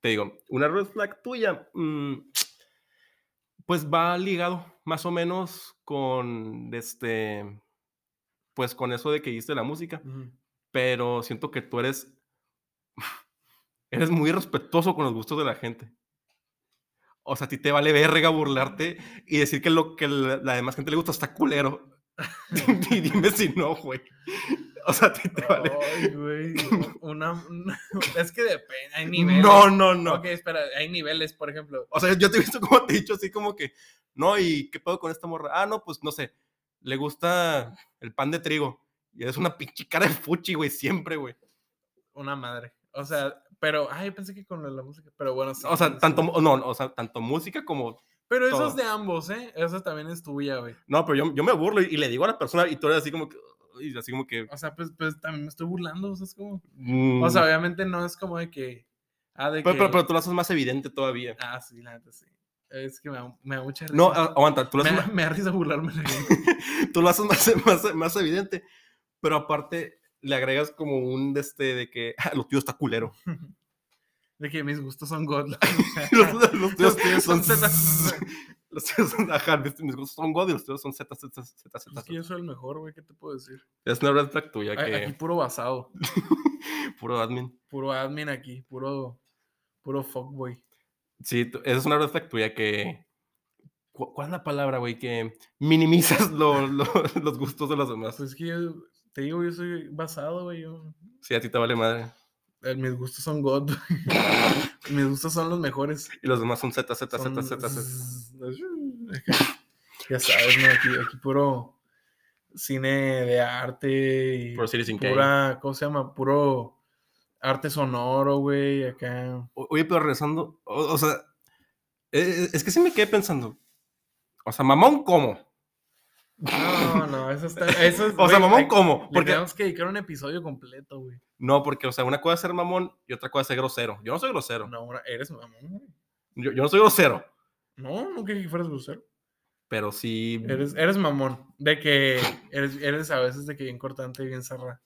Te digo, una red flag tuya, mm, pues va ligado más o menos con este, pues con eso de que hiciste la música, Ujú. pero siento que tú eres, eres muy respetuoso con los gustos de la gente. O sea, a ti te vale verga burlarte y decir que lo que la, la demás gente le gusta está culero. (laughs) y dime si no, güey. O sea, a ti te (laughs) vale. (laughs) Ay, (laughs) güey. Una, una- (laughs) Es que depende. Hay niveles. No, no, no. Ok, espera, hay niveles, por ejemplo. O sea, yo te he visto como te he dicho así como que, no, ¿y qué pedo con esta morra? Ah, no, pues no sé, le gusta el pan de trigo. Y es una pinche cara de fuchi, güey, siempre, güey. Una madre. O sea, pero. Ay, pensé que con lo de la música. Pero bueno, sí, O sí, sea, sí. tanto, mu- no, no, o sea, tanto música como... Pero eso es todo. de ambos, ¿eh? Eso también es tuya, güey. No, pero yo, yo me burlo y, y le digo a la persona y tú eres así como que... Y así como que... O sea, pues, pues también me estoy burlando, o sea, es como... mm, O sea, obviamente no es como de que... Ah, de pero, que... pero, pero tú lo haces más evidente todavía. Ah, sí, la neta, sí. Es que me da, me da mucha risa. No, a- aguanta, tú lo me, haces da, más, me da risa burlarme de la (laughs) gente. tú lo haces más, más, más evidente. Pero aparte le agregas como un de este de que (laughs) "Ah, lo tuyo está culero. De que mis gustos son God. (laughs) los, los tuyos Los tuyos son son Z. zzzz. (laughs) Los tuyos son, ajá, mis, mis gustos son God y los tuyos son Z, Z, Z, Z, Es que Z. yo soy el mejor, güey, ¿qué te puedo decir? Es una red flag tuya A- Aquí que puro basado. puro admin. Puro admin aquí. Puro... Puro fuckboy. Sí, tú- esa es una red flag tuya que... ¿cu- ¿Cuál es la palabra, güey? Que minimizas (laughs) lo- lo- los gustos de los demás. Pues es que yo... Te digo, yo soy basado, güey. Yo... Sí, a ti te vale madre. eh, Mis gustos son God. (laughs) güey. mis gustos son los mejores. Y los demás son Z, Z, Z, son Z, Z. zzzz. (laughs) Ya sabes, ¿no? Aquí, aquí puro cine de arte y Por Series in K. pura, ¿cómo se llama? Puro arte sonoro, güey, acá. O- Oye, pero regresando, o, o sea, e- e- es, que sí me quedé pensando. O sea, mamón, ¿cómo? No, no, eso está. Eso es, (laughs) O sea, güey, mamón, hay- ¿cómo? Le Porque, tenemos que dedicar un episodio completo, güey. no, porque, o sea, una cosa es ser mamón y otra cosa es ser grosero. Yo no soy grosero. No, ahora eres mamón, güey. Yo, yo no soy grosero, No, nunca dije que fueras grosero. pero sí. Eres, eres mamón. De que eres, eres a veces de que bien cortante y bien cerrada.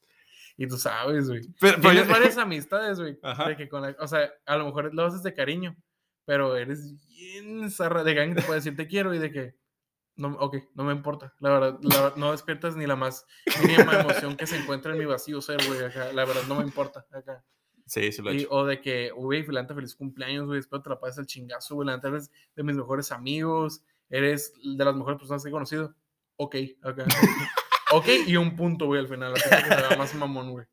Y tú sabes, güey. Pero- pero Tienes (laughs) yo- varias amistades, güey. (laughs) Ajá. De que con la- o sea, a lo mejor lo haces de cariño, pero eres bien zarra. De que alguien te puede decir te quiero y de que, no, ok, no me importa. La verdad, la verdad, no despiertas ni la más mínima emoción que se encuentra en mi vacío ser, güey. acá, La verdad, no me importa. Acá. Sí, sí lo he Y- hecho. o de que, güey, Filanta, feliz cumpleaños, güey. Espero te la pases el chingazo, güey. La neta eres de mis mejores amigos. Eres de las mejores personas que he conocido. Ok, ok. ok, y un punto, güey, al final. La gente que se vea más mamón, güey.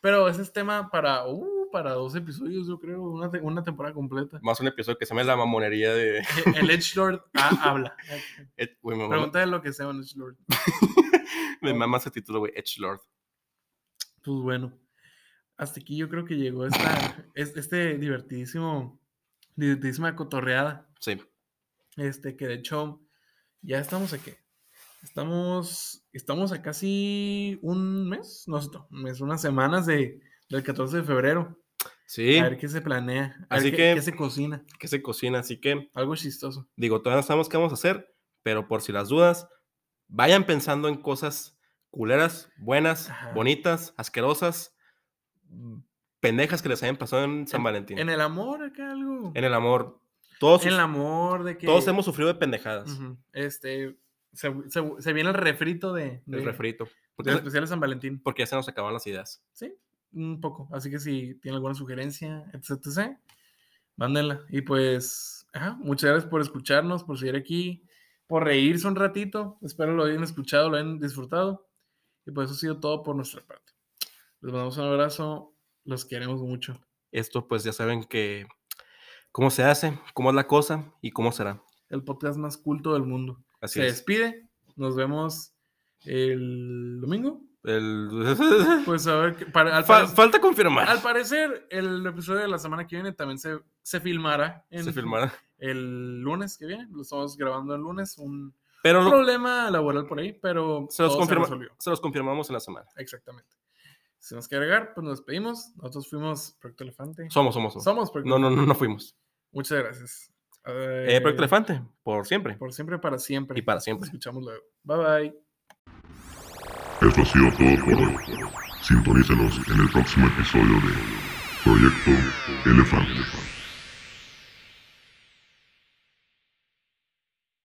Pero ese es tema para, uh, para dos episodios, yo creo. Una, te- una temporada (laughs) completa. Más un episodio que se llama La mamonería de. El Edgelord ah, habla. Ed- Güey, me mama- Pregúntale lo que sea un Edgelord. me mama ese título, güey, Edgelord. Pues bueno, hasta aquí yo creo que llegó esta, es- este divertidísimo, divertidísima cotorreada. Sí. Este, que de hecho, ya estamos aquí. Estamos, estamos a casi un mes, no sé, un mes, unas semanas de, del 14 de febrero. Sí, A ver qué se planea, a ver Así qué, que- qué se cocina. que se cocina, así que. Algo chistoso. Digo, todavía no sabemos qué vamos a hacer, pero por si las dudas, vayan pensando en cosas culeras, buenas, Ajá. bonitas, asquerosas, mm, pendejas que les hayan pasado en San Valentín. En el amor, acá algo. En el amor. Todos, En el sus- amor de que. todos hemos sufrido de pendejadas. Ujú, Este, se, se- se viene el refrito de. de- El refrito. Porque, del especial de San Valentín. porque ya se nos acabaron las ideas. Sí, un poco. Así que si tiene alguna sugerencia, etc., mándenla. Y pues, ajá, muchas gracias por escucharnos, por seguir aquí, por reírse un ratito. Espero lo hayan escuchado, lo hayan disfrutado. Y pues eso ha sido todo por nuestra parte. Les mandamos un abrazo, los queremos mucho. Esto, pues ya saben que cómo se hace, cómo es la cosa y cómo será. El podcast más culto del mundo. Así Se es. despide, nos vemos el domingo. El- (laughs) Pues a ver, qué- para, al, Fa- parecer- falta confirmar. al parecer, el episodio de la semana que viene también se, se filmará. Se en- filmará. el lunes que viene. Lo estamos grabando el lunes. Un Pero lo- problema laboral por ahí, pero se, los todo confirma- resolvió. se los confirmamos en la semana. Exactamente. Si nos quiere agregar, pues nos despedimos. Nosotros fuimos Proyecto Elefante. Somos, somos, somos. Somos Proyecto No, no, no, no fuimos. Muchas gracias. Eh, Proyecto Eh, Elefante, por siempre. Por siempre, para siempre. Y para Nos siempre. escuchamos luego. Bye bye. Esto ha sido todo por hoy. Sintonícenos en el próximo episodio de Proyecto Elefante.